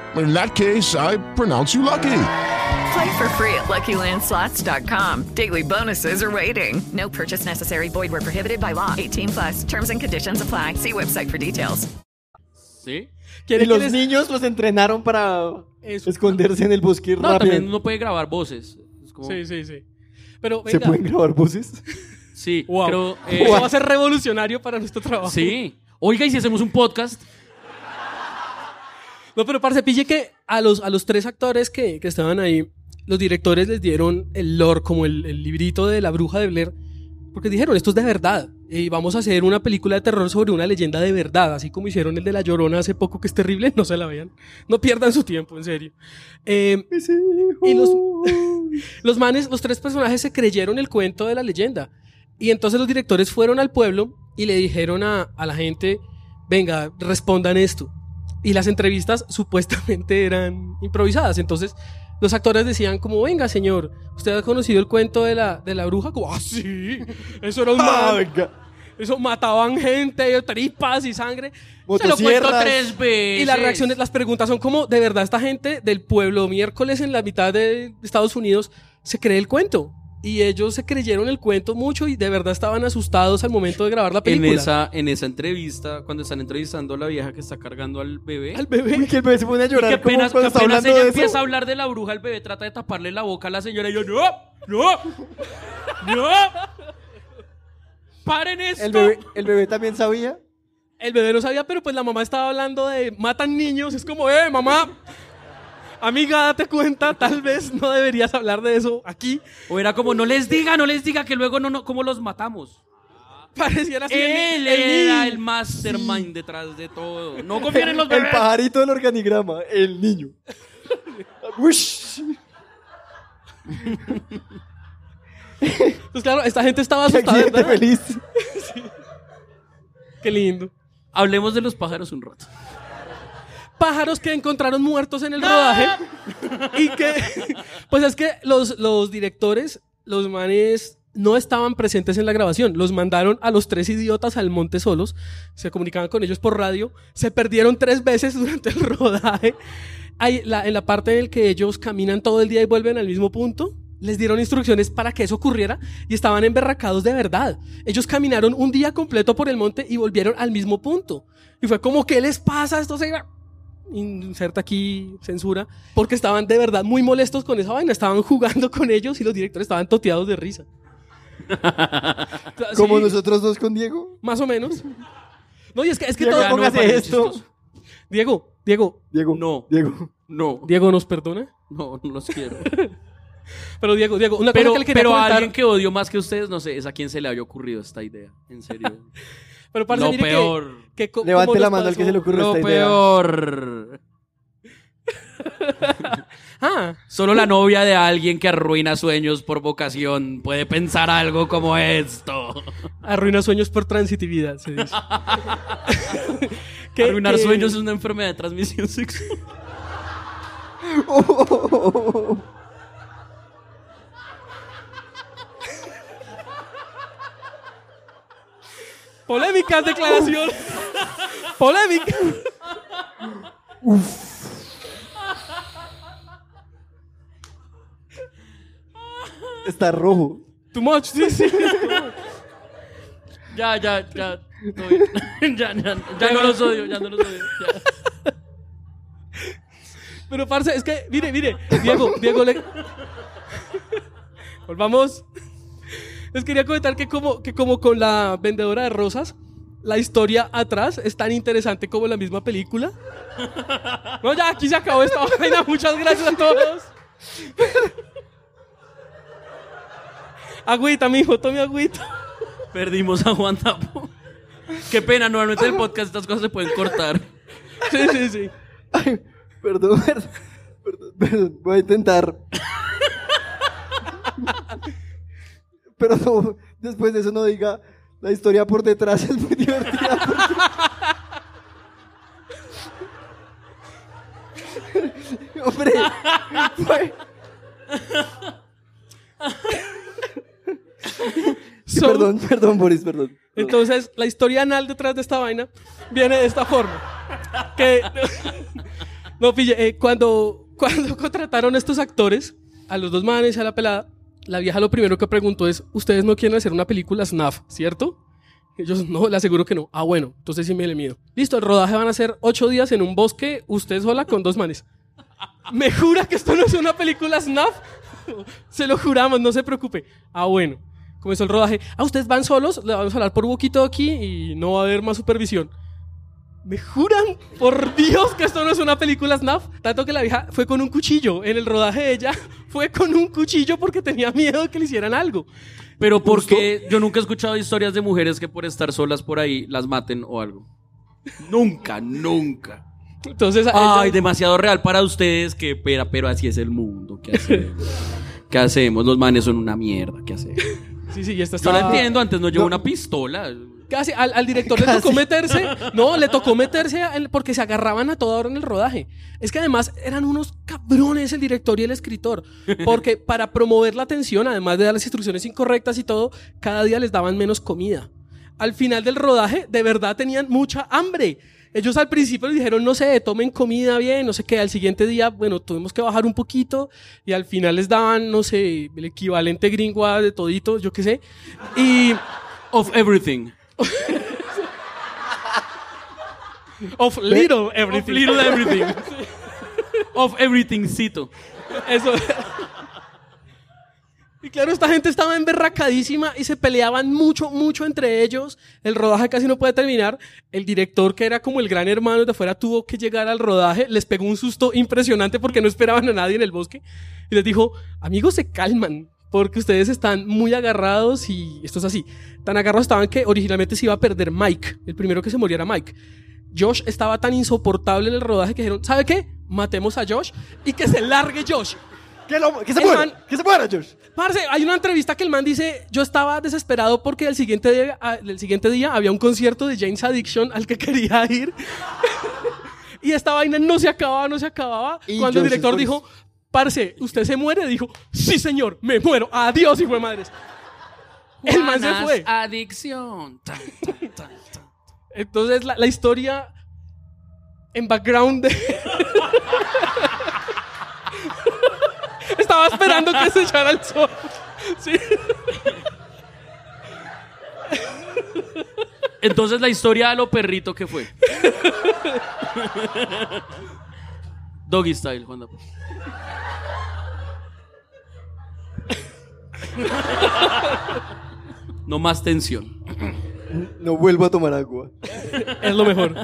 In that case, I pronounce you lucky. Play for free at LuckyLandSlots.com. Daily bonuses are waiting. No purchase necessary. Void were prohibited by law. 18 plus. Terms and conditions apply. See website for details. sí. ¿Quiere Y que los les- niños los entrenaron para Eso. esconderse en el bosque No, rápido. también uno puede grabar voces. Es como- Sí, sí, sí, sí. Pero ¿Se venga, pueden grabar [LAUGHS] voces? wow. [LAUGHS] creo, eh, eso va a ser revolucionario para nuestro trabajo. sí. Oiga, y si hacemos un podcast, No, pero parce, pille que a los, a los tres actores que, que estaban ahí, los directores les dieron el lore, como el, el librito de la bruja de Blair, porque dijeron, esto es de verdad, y vamos a hacer una película de terror sobre una leyenda de verdad, así como hicieron el de La Llorona hace poco, que es terrible, [LAUGHS] no se la vean, no pierdan su tiempo, en serio. Eh, y los, [LAUGHS] los manes, los tres personajes se creyeron el cuento de la leyenda, y entonces los directores fueron al pueblo y le dijeron a, a la gente, venga, respondan esto. Y las entrevistas [LAUGHS] supuestamente eran improvisadas. Entonces los actores decían como, venga señor, ¿usted ha conocido el cuento de la, de la bruja? Como, ah, sí, [LAUGHS] eso era un Ah, mal. venga. Eso mataban gente, tripas y sangre. se lo cuento Motosierras. tres veces. Y las reacciones, las preguntas son como, de verdad, esta gente del pueblo miércoles en la mitad de Estados Unidos se cree el cuento. Y ellos se creyeron el cuento mucho y de verdad estaban asustados al momento de grabar la En película. esa, en esa entrevista, cuando están entrevistando a la vieja que está cargando al bebé. Al bebé. Uy, que el bebé se pone a Y llorar que apenas, como cuando está que apenas hablando ella de empieza eso. a hablar de la bruja, el bebé trata de taparle la boca a la señora y yo, ¡no! ¡No! ¡No! ¡Paren esto! El bebé, el bebé también sabía. El bebé no sabía, pero pues la mamá estaba hablando de matan niños. Es como, eh, mamá, amiga, date cuenta, tal vez no deberías hablar de eso aquí. O era como, no les diga, no les diga, que luego no, no ¿cómo los matamos? Pareciera así. Él era el mastermind detrás de todo. No confíen en los [LAUGHS] El bebés. pajarito del organigrama, el niño. [LAUGHS] Ush. Pues claro, esta gente estaba Qué [LAUGHS] asustada. accidente ¿verdad? feliz. Qué lindo. Hablemos de los pájaros un rato. pájaros que encontraron muertos en el rodaje y que [LAUGHS] pues es que los, los directores los manes no estaban presentes en la grabación los mandaron a los tres idiotas al monte solos se comunicaban con ellos por radio se perdieron tres veces [LAUGHS] durante el rodaje Ahí, la- en la parte en la que ellos caminan todo el día y vuelven al mismo punto les dieron instrucciones para que eso ocurriera y estaban emberracados de verdad. Ellos caminaron un día completo por el monte y volvieron al mismo punto. Y fue como, ¿qué les pasa? Esto se inserta aquí censura, porque estaban de verdad muy molestos con esa vaina, estaban jugando con ellos y los directores estaban toteados [LAUGHS] de risa. Sí, Como nosotros dos con Diego. Más o menos. No, y es que, es que Diego, todo... no póngase me parece esto. chistoso. Diego, Diego, Diego, No, Diego. no, Diego nos perdona. no, no los quiero. Pero Diego, Diego, una Pero, cosa que le quería pero a comentar- alguien que odio más que ustedes, no sé, es a quien se le había ocurrido esta idea. En [LAUGHS] serio. Pero parce, lo mire que- peor. que co- Levante como la nos mano al que se le pasó- ocurrió Lo esta idea. peor. [LAUGHS] Ah, Solo la novia de alguien que arruina sueños por vocación puede pensar algo como esto. arruina sueños por transitividad, se dice. Que- [LAUGHS] Arruinar que- sueños es una enfermedad de transmisión sexual. Polémicas [LAUGHS] declaraciones. Polémicas. Está rojo. [LAUGHS] Too much, sí, sí. [LAUGHS] Ya, ya, ya. no, [LAUGHS] ya, ya, ya no los odio, ya no los odio. ya. Pero, parce, es que, mire, mire, Diego, Diego le. Volvamos. Les quería comentar que, como, que, como con la vendedora de rosas, la historia atrás es tan interesante como la misma película. No, ya, aquí se acabó esta vaina. Muchas gracias a todos. Agüita, mijo, tome agüita. Perdimos a Juan Tapo. Qué pena, normalmente en el podcast estas cosas se pueden cortar. Sí, sí, sí. Ay, perdón, [LAUGHS] perdón, perdón, perdón, voy a intentar. [LAUGHS] Pero no, después de eso no diga, la historia por detrás es muy divertida. [LAUGHS] porque-". Hombre, fue- Sí, So- perdón, perdón, Boris, perdón. Entonces, la historia anal detrás de esta vaina viene de esta forma. Que, no, pille, eh, cuando, cuando contrataron a estos actores, a los dos manes y a la pelada, la vieja lo primero que preguntó es, ¿ustedes no quieren hacer una película SNAF, cierto? Ellos, no, le aseguro que no. Ah, bueno, entonces sí me le mido. Listo, el rodaje van a ser ocho días en un bosque, usted sola con dos manes. ¿Me jura que esto no es una película snuff? se lo juramos, no se preocupe. Ah, bueno. Comenzó el rodaje. Ah, ustedes van solos, le vamos a hablar por boquito aquí y no va a haber más supervisión. ¿Me juran? Por Dios que esto no es una película snuff. Tanto que la vieja fue con un cuchillo. En el rodaje ella [LAUGHS] fue con un cuchillo porque tenía miedo que le hicieran algo. Pero porque yo nunca he escuchado historias de mujeres que por estar solas por ahí las maten o algo. Nunca, nunca. Entonces, a ella- Ay, demasiado real para ustedes, que pera, pero así es el mundo. ¿Qué hacemos? ¿Qué hacemos? Los manes son una mierda. ¿Qué hacemos? sí, sí, ya está. Yo lo entiendo, antes no llevo una pistola. Casi, al, al director le tocó meterse. No, le tocó meterse a- en- porque se agarraban a toda hora en el rodaje. Es que además eran unos cabrones el director y el escritor. Porque para promover la atención, además de dar las instrucciones incorrectas y todo, cada día les daban menos comida. Al final del rodaje, de verdad tenían mucha hambre. ellos al principio les dijeron, no sé, tomen comida bien, no sé qué. Al siguiente día, bueno, tuvimos que bajar un poquito y al final les daban, no sé, el equivalente gringo a de todito, yo qué sé. Y. Of everything. of little everything. Of little everything. [LAUGHS] of everythingcito. Eso. Y claro, esta gente estaba emberracadísima y se peleaban mucho, mucho entre ellos. El rodaje casi no puede terminar. El director, que era como el gran hermano de afuera, tuvo que llegar al rodaje. Les pegó un susto impresionante porque no esperaban a nadie en el bosque. Y les dijo, amigos, se calman. Porque ustedes están muy agarrados y esto es así. Tan agarrados estaban que originalmente se iba a perder Mike. El primero que se muriera Mike. Josh estaba tan insoportable en el rodaje que dijeron, ¿sabe qué? Matemos a Josh y que se largue Josh. Que, que se El muera, man- que se muera, George. Parce, hay una entrevista que el man dice, yo estaba desesperado porque el siguiente día, a- el siguiente día había un concierto de James Addiction al que quería ir. [LAUGHS] y esta vaina no se acababa, no se acababa. Y Cuando el George director Boris. dijo, parce, ¿usted se muere? Dijo, sí señor, me muero. Adiós, hijo de madres. El man se Juanas fue. Adicción. Tan, tan, tan, tan. Entonces la, la historia en background de... [LAUGHS] Estaba esperando que se echara el sol. Sí. Entonces la historia de lo perrito que fue. Doggy style, Juan Dapo. No más tensión. No vuelvo a tomar agua. es lo mejor.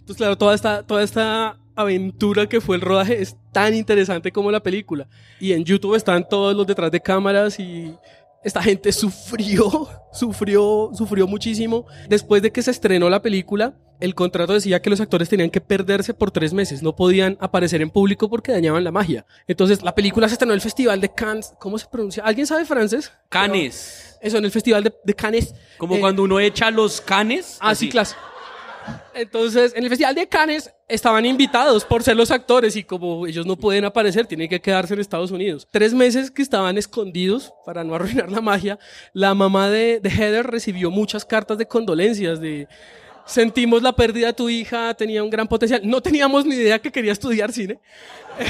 Entonces, claro, toda esta, toda esta aventura que fue el rodaje es tan interesante como la película. Y en YouTube están todos los detrás de cámaras y esta gente sufrió, [LAUGHS] sufrió, sufrió muchísimo. Después de que se estrenó la película, el contrato decía que los actores tenían que perderse por tres meses, no podían aparecer en público porque dañaban la magia. Entonces, la película se estrenó en el Festival de Cannes. ¿Cómo se pronuncia? ¿Alguien sabe francés? Canes. Eso, en el Festival de, de Cannes. Como Eh, cuando uno echa los canes. Ah, sí, claro. Entonces, en el Festival de Cannes estaban invitados por ser los actores y como ellos no pueden aparecer, tienen que quedarse en Estados Unidos. Tres meses que estaban escondidos para no [LAUGHS] arruinar la magia, la mamá de, de Heather recibió muchas cartas de condolencias de... Sentimos la pérdida de tu hija, tenía un gran potencial. No teníamos ni idea que quería estudiar cine.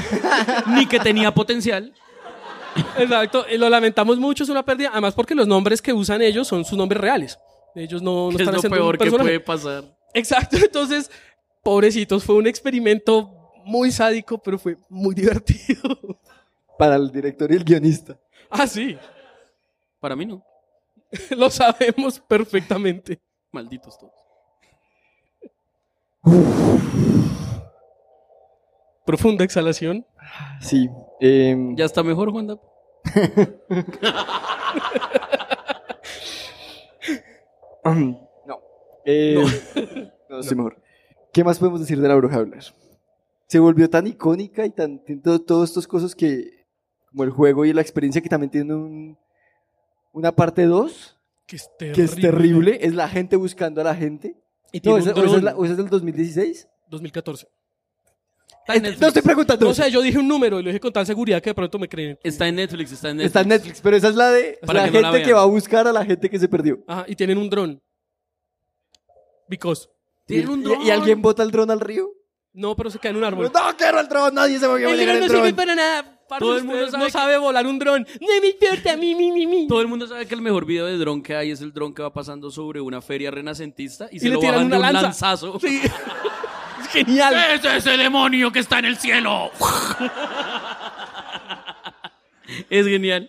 [LAUGHS] Ni que tenía potencial. Exacto, y lo lamentamos mucho, es una pérdida. Además, porque los nombres que usan ellos son sus nombres reales. Ellos no, no que es están lo haciendo un peor que puede personaje. pasar. Exacto, entonces, pobrecitos, fue un experimento muy sádico, pero fue muy divertido. [LAUGHS] Para el director y el guionista. Ah, sí, [LAUGHS] Para mí no. lo sabemos perfectamente. Malditos todos. Profunda exhalación. Sí. em, Ya está mejor, Juan Dapo. No. Eh, [LAUGHS] no. estoy mejor. ¿Qué más podemos decir de la bruja de Blair? Se volvió tan icónica y tan. tiene todo- todas estas cosas que. como el juego y la experiencia que también tiene un, una parte 2, Que es que es terrible, es la gente buscando a la gente. Y tiene No, un esa, o esa es dron. la- o esa es del 2016. 2014. Eh, Este- no estoy preguntando. No sé, yo dije un número y lo dije con tal seguridad que de pronto me creen. Está en Netflix, está en Netflix. Está en Netflix, pero esa es la de Para la que no gente la vean. que va a buscar a la gente que se perdió. Ajá, y tienen un dron. Because. Tiene Y- un y- dron. ¿Y, alguien bota el dron al río? No, pero se cae en un árbol. No quiero el dron, nadie se va a el llegar dron el no sirve dron. para nada. parce, Todo el mundo ustedes sabe no que- sabe volar un dron. No me importa, mi, mi, mi, mi. Todo el mundo sabe que el mejor video de dron que hay es el dron que va pasando sobre una feria renacentista y, se le lo tiran bajan una de un lanza. lanzazo. [LAUGHS] Sí. Es Genial. ¡Ese es el demonio que está en el cielo! es genial.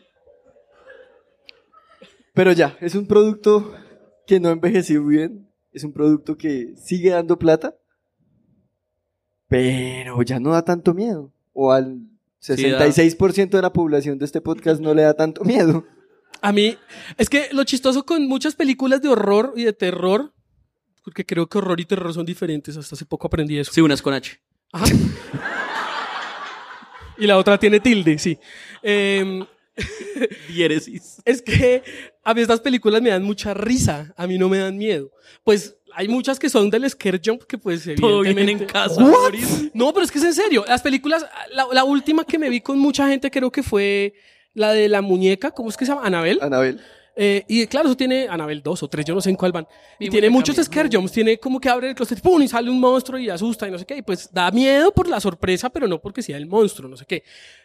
Pero ya, es un producto que no envejeció bien. Es un producto que sigue dando plata. Pero ya no da tanto miedo. O al da. 66% de la población de este podcast no le da tanto miedo. [LAUGHS] [LAUGHS] A mí, es que lo chistoso con muchas películas de horror y de terror, porque creo que horror y terror son diferentes, hasta hace poco aprendí eso. Sí, unas con H. Ajá. y la otra tiene tilde, sí. Em, Diéresis. es que a mí estas películas me dan mucha risa, a mí no me dan miedo. Pues hay muchas que son del scare jump que pues Todo bien en evidentemente- casa. Boris. No, pero es que es en serio. Las películas, la, la última que me vi con mucha gente creo que fue la de la muñeca, ¿cómo es que se llama? Anabel. Anabel. Eh, y claro, eso tiene Anabel 2 o 3, yo no sé en cuál van. Y, Vimos tiene el muchos cambio. scare jumps, tiene como que abre el closet ¡pum! y sale un monstruo y asusta y no sé qué. Y pues da miedo por la sorpresa, pero no porque sea el monstruo, no sé qué.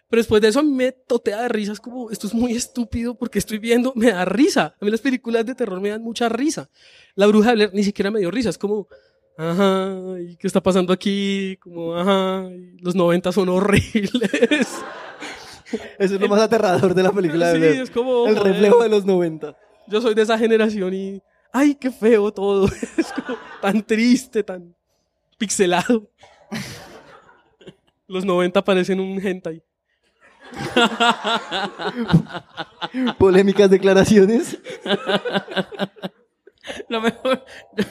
Pero después de eso a mí me totea de risas como esto es muy estúpido porque estoy viendo, me da risa. A mí las películas de terror me dan mucha risa. La bruja de Blair ni siquiera me dio risa, es como, ajá, ¿y qué está pasando aquí? Como, ajá, y los 90 son horribles. Eso es lo más aterrador de la [LAUGHS] película de Sí, Blair. es como, El joder. reflejo de los 90. Yo soy de esa generación y. ¡Ay, qué feo todo! [LAUGHS] Es como tan triste, tan pixelado. Los 90 parecen un hentai. Polémicas declaraciones. Lo mejor. [LAUGHS]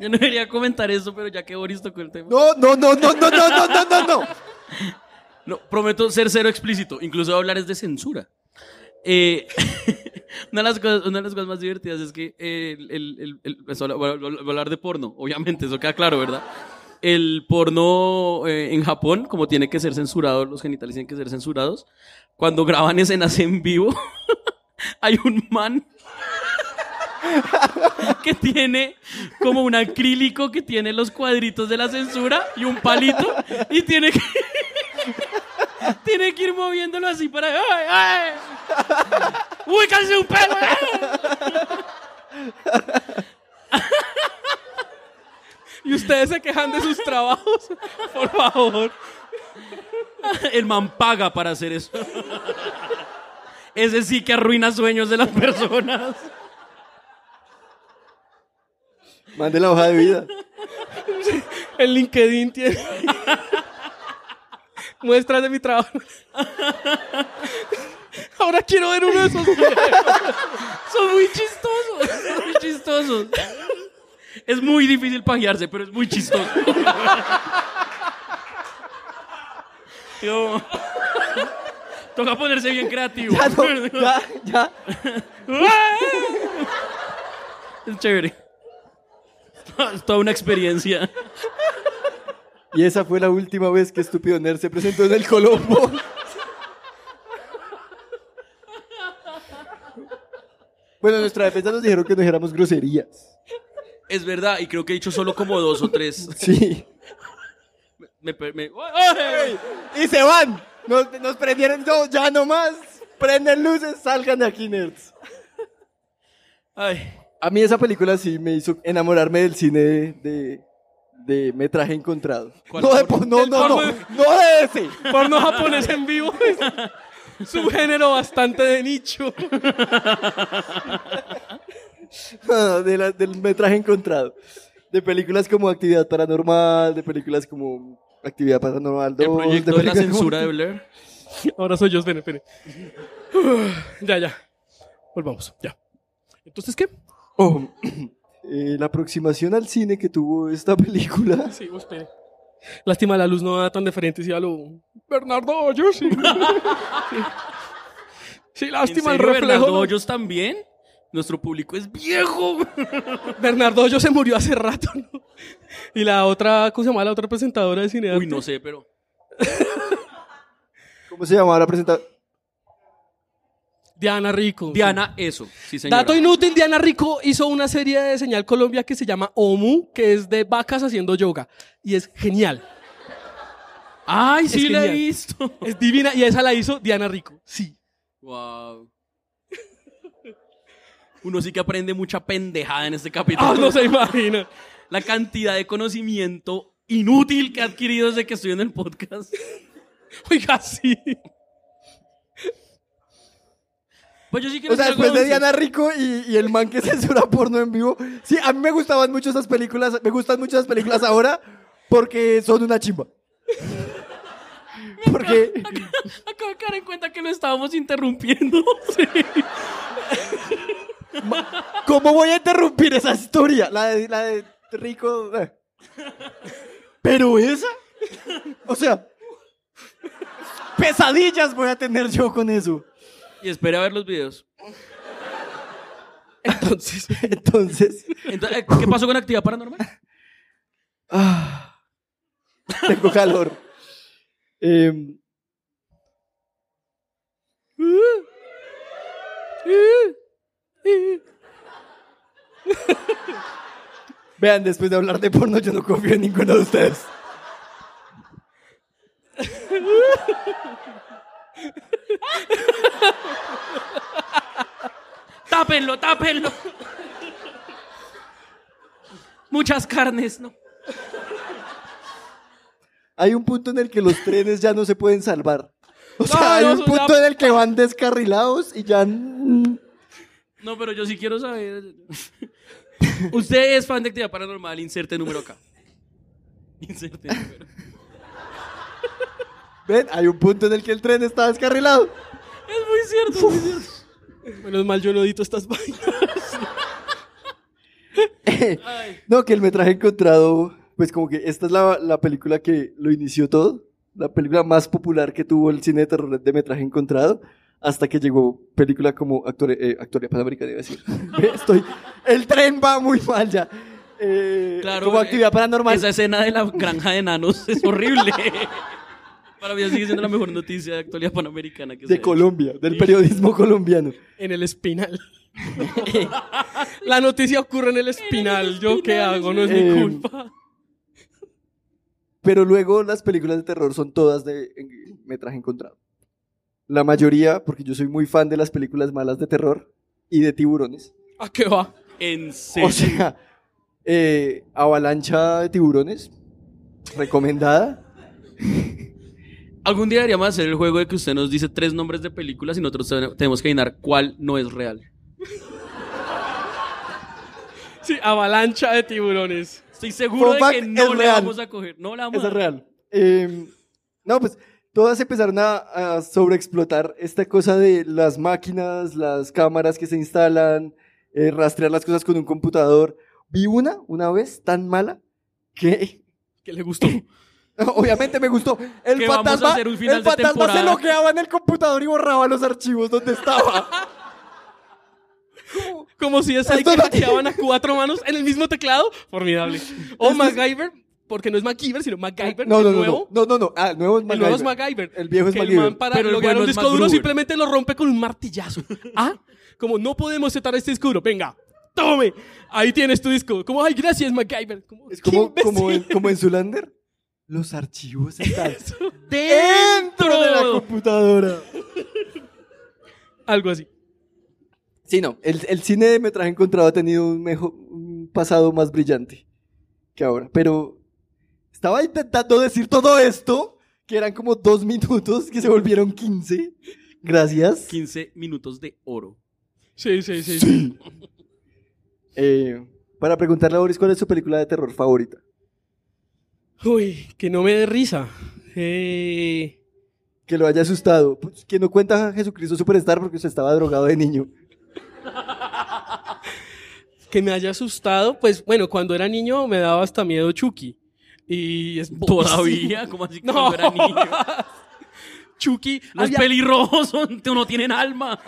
Yo no quería comentar eso, pero ya que Boris tocó el tema. [LAUGHS] No, no, no, no, no, no, no, no, no, no. No, prometo ser cero explícito. Incluso hablar es de censura. Eh, [LAUGHS] una, de las cosas, una de las cosas más divertidas es que eh, el, el- el- el- pues, habla- voy a- voy a hablar de porno, obviamente, eso queda claro, ¿verdad? El porno eh, en Japón, como tiene que ser censurado, los genitales tienen que ser censurados. Cuando graban escenas en vivo, [LAUGHS] hay un man [LAUGHS] que tiene como un acrílico que tiene los cuadritos de la censura y un palito y tiene que [LAUGHS] tiene que ir moviéndolo así para. ¡Ay, ay! uy casi un pelo! [LAUGHS] Y ustedes se quejan de sus trabajos. Por favor. El man paga para hacer eso. Ese sí que arruina sueños de las personas. Mande la hoja de [LAUGHS] vida. El LinkedIn tiene. Muestras de mi trabajo. Ahora quiero ver uno de esos. Son muy chistosos. Son muy chistosos. Es muy difícil pajearse, pero es muy chistoso. Tío, Toca ponerse bien creativo. Ya, no, ya, ya. Es chévere. Es toda una experiencia. Y esa fue la última vez que Estúpido Nerd se presentó en el Colombo. Bueno, en nuestra defensa nos dijeron que no dijéramos groserías. Es verdad, y creo que he dicho solo como dos o tres. Sí. Me, per- me- ¡Ay! Y se van. Nos, nos prendieron. No, ya nomás. Prenden luces, salgan de aquí, nerds. Ay. A mí esa película sí me hizo enamorarme del cine de, de, de metraje encontrado. ¿Cuál? No, de, ¿Porno? po- no, ¿Del no, no, no porno? de ese. Porno japonés en vivo. Subgénero bastante de nicho. No, Ah, de la- del metraje encontrado. De películas como Actividad Paranormal, de películas como Actividad Paranormal 2. El proyecto de la películas como- censura de Blair. Ahora soy yo, espere, espere. Ya, ya. Volvamos, ya. Entonces, ¿qué? Oh, [CLEARS THROAT] eh, la aproximación al cine que tuvo esta [LAUGHS] película. Sí, oh, espere. Lástima, la luz no da tan diferente, si a lo... Bernardo Hoyos. [LAUGHS] Sí, Sí. Sí, lástima ¿En el serio, reflejo. Bernardo no- Hoyos también? Nuestro público es viejo. Bernardo Hoyos se murió hace rato, ¿no? Y la otra, ¿cómo se llama la otra presentadora de cine? Uy, no sé, pero. ¿Cómo se llamaba la presentación? Diana Rico. sí. Diana, eso. Sí, señora. Dato inútil, Diana Rico hizo una serie de Señal Colombia que se llama OMU, que es de vacas haciendo yoga. Y es genial. Ay, Es sí, la he genial. visto. Es divina y esa la hizo Diana Rico. Sí. Wow. [LAUGHS] Uno sí que aprende mucha pendejada en este capítulo. Ah, no se imagina. La cantidad de conocimiento inútil que he adquirido desde que estoy en el podcast. Oiga, sí. Pues yo sí quiero O sea, decir algo después de dulce. Diana Rico y, y el man que [LAUGHS] censura porno en vivo. Sí, a mí me gustaban mucho esas películas. Me gustan mucho esas películas ahora porque son una chimba. [LAUGHS] Porque Acabo de caer en cuenta que lo estábamos interrumpiendo. [LAUGHS] Sí. ¿Cómo voy a interrumpir esa historia? La de, la de Rico. eh. Pero esa. O sea. Pesadillas voy a tener yo con eso. Y espere a ver los videos. Entonces. Entonces. Entonces, eh, ¿Qué pasó con actividad paranormal? ah, tengo calor. Em, Vean, después de hablar de porno, yo no confío en ninguno de ustedes. Tápenlo, tápenlo. Muchas carnes, ¿no? Hay un punto en el que los trenes ya no se pueden salvar. O sea, hay no, un eso punto ya- en el que van descarrilados y ya. mm, No, pero yo sí quiero saber. [LAUGHS] Usted es fan de actividad paranormal, inserte número [LAUGHS] acá. Inserte número. Ven, hay un punto en el que el tren está descarrilado. Es muy cierto, es muy cierto. Menos mal yo no edito estas vainas. [LAUGHS] No, que el metraje encontrado, pues como que esta es la, la película que lo inició todo, la película más popular que tuvo el cine de terror de metraje encontrado, hasta que llegó película como actor, eh, Actoría Panamericana, iba a decir. Ve, Estoy, el tren va muy mal ya. Eh, como actividad eh, paranormal. Esa escena de la granja de enanos es horrible. [LAUGHS] Para mí sigue siendo la mejor noticia de actualidad panamericana que se ha de hecho. Colombia, del periodismo colombiano. En el espinal. La noticia ocurre en el espinal. ¿Yo qué hago? No es Eh, mi culpa. Pero luego las películas de terror son todas de en- metraje encontrado. La mayoría, porque yo soy muy fan de las películas malas de terror y de tiburones. ¿A qué va? En O serio. sea, eh, avalancha de tiburones, recomendada. Algún día deberíamos hacer el juego de que usted nos dice tres nombres de películas y nosotros te- tenemos que adivinar cuál no es real. Sí, avalancha de tiburones. Estoy seguro Fun de que fact, no es la real. vamos a coger. No la vamos Esa a es real. Eh, no, pues todas empezaron a, a sobreexplotar esta cosa de las máquinas, las cámaras que se instalan, eh, rastrear las cosas con un computador. Vi una, una vez, tan mala que [LAUGHS] ¿Qué le gustó? Obviamente me gustó. El Que vamos a fantasma, hacer un final el de fantasma se temporada. logueaba en el computador y borraba los archivos donde estaba. [LAUGHS] Como si esa Esto que no- hackeaban a cuatro manos en el mismo teclado. Formidable. O MacGyver, porque no es MacGyver, sino MacGyver. No, el no, no, nuevo. no, no, no, no. Ah, el nuevo es El MacGyver. nuevo es MacGyver. El viejo es que MacGyver. El man para Pero el lograr bueno un es disco duro MacGruber. simplemente lo rompe con [LAUGHS] un martillazo. ¿Ah? Como no podemos setar este disco duro. Venga, tome. Ahí tienes tu disco. Como, ay, gracias, MacGyver. Como, Es "Qué como, como, en, imbécil". como en Zulander. Los archivos [LAUGHS] están ¡Dentro! dentro de la computadora. Algo así. Sí, no. El, el cine de metraje encontrado ha tenido un, mejor, un pasado más brillante que ahora. Pero estaba intentando decir todo esto, que eran como dos minutos, que se volvieron 15. Gracias. 15 minutos de oro. Sí, sí, sí. Eh, para preguntarle a Boris cuál es su película de terror favorita. Uy, que no me dé risa. Eh, Que lo haya asustado. Pues, que no cuenta a Jesucristo Superstar porque se estaba drogado de niño. que me haya asustado, pues bueno, cuando era niño me daba hasta miedo Chucky. Y es Todavía, [LAUGHS] como así [LAUGHS] No. como era niño. [LAUGHS] Chucky, Los había- pelirrojos [LAUGHS] son- no tienen alma.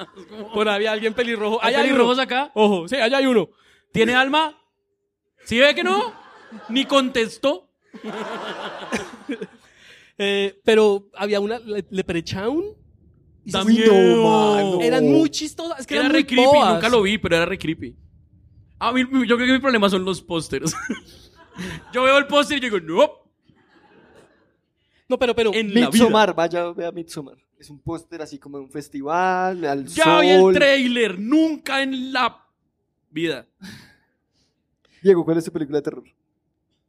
por ahí había alguien pelirrojo. ¿Hay Allá uno. pelirrojos acá? Ojo, sí, allá hay uno. ¿Tiene alma? ¿Sí ve que no? Ni contestó. Eh, pero había una le- Leprechaun. y Da esas- miedo. mano. Eran muy chistosas. Es que Oh. Era eran muy re creepy, bobas. nunca lo vi, pero era re creepy. A mí, yo creo que mi problema son los pósters. [LAUGHS] yo veo el póster y yo digo, no, No, pero, pero. en la vida. Midsommar, vaya, vea Midsommar. Es un póster así como de un festival, al Ya sol. vi el trailer, nunca en la vida. Diego, ¿cuál es tu película de terror?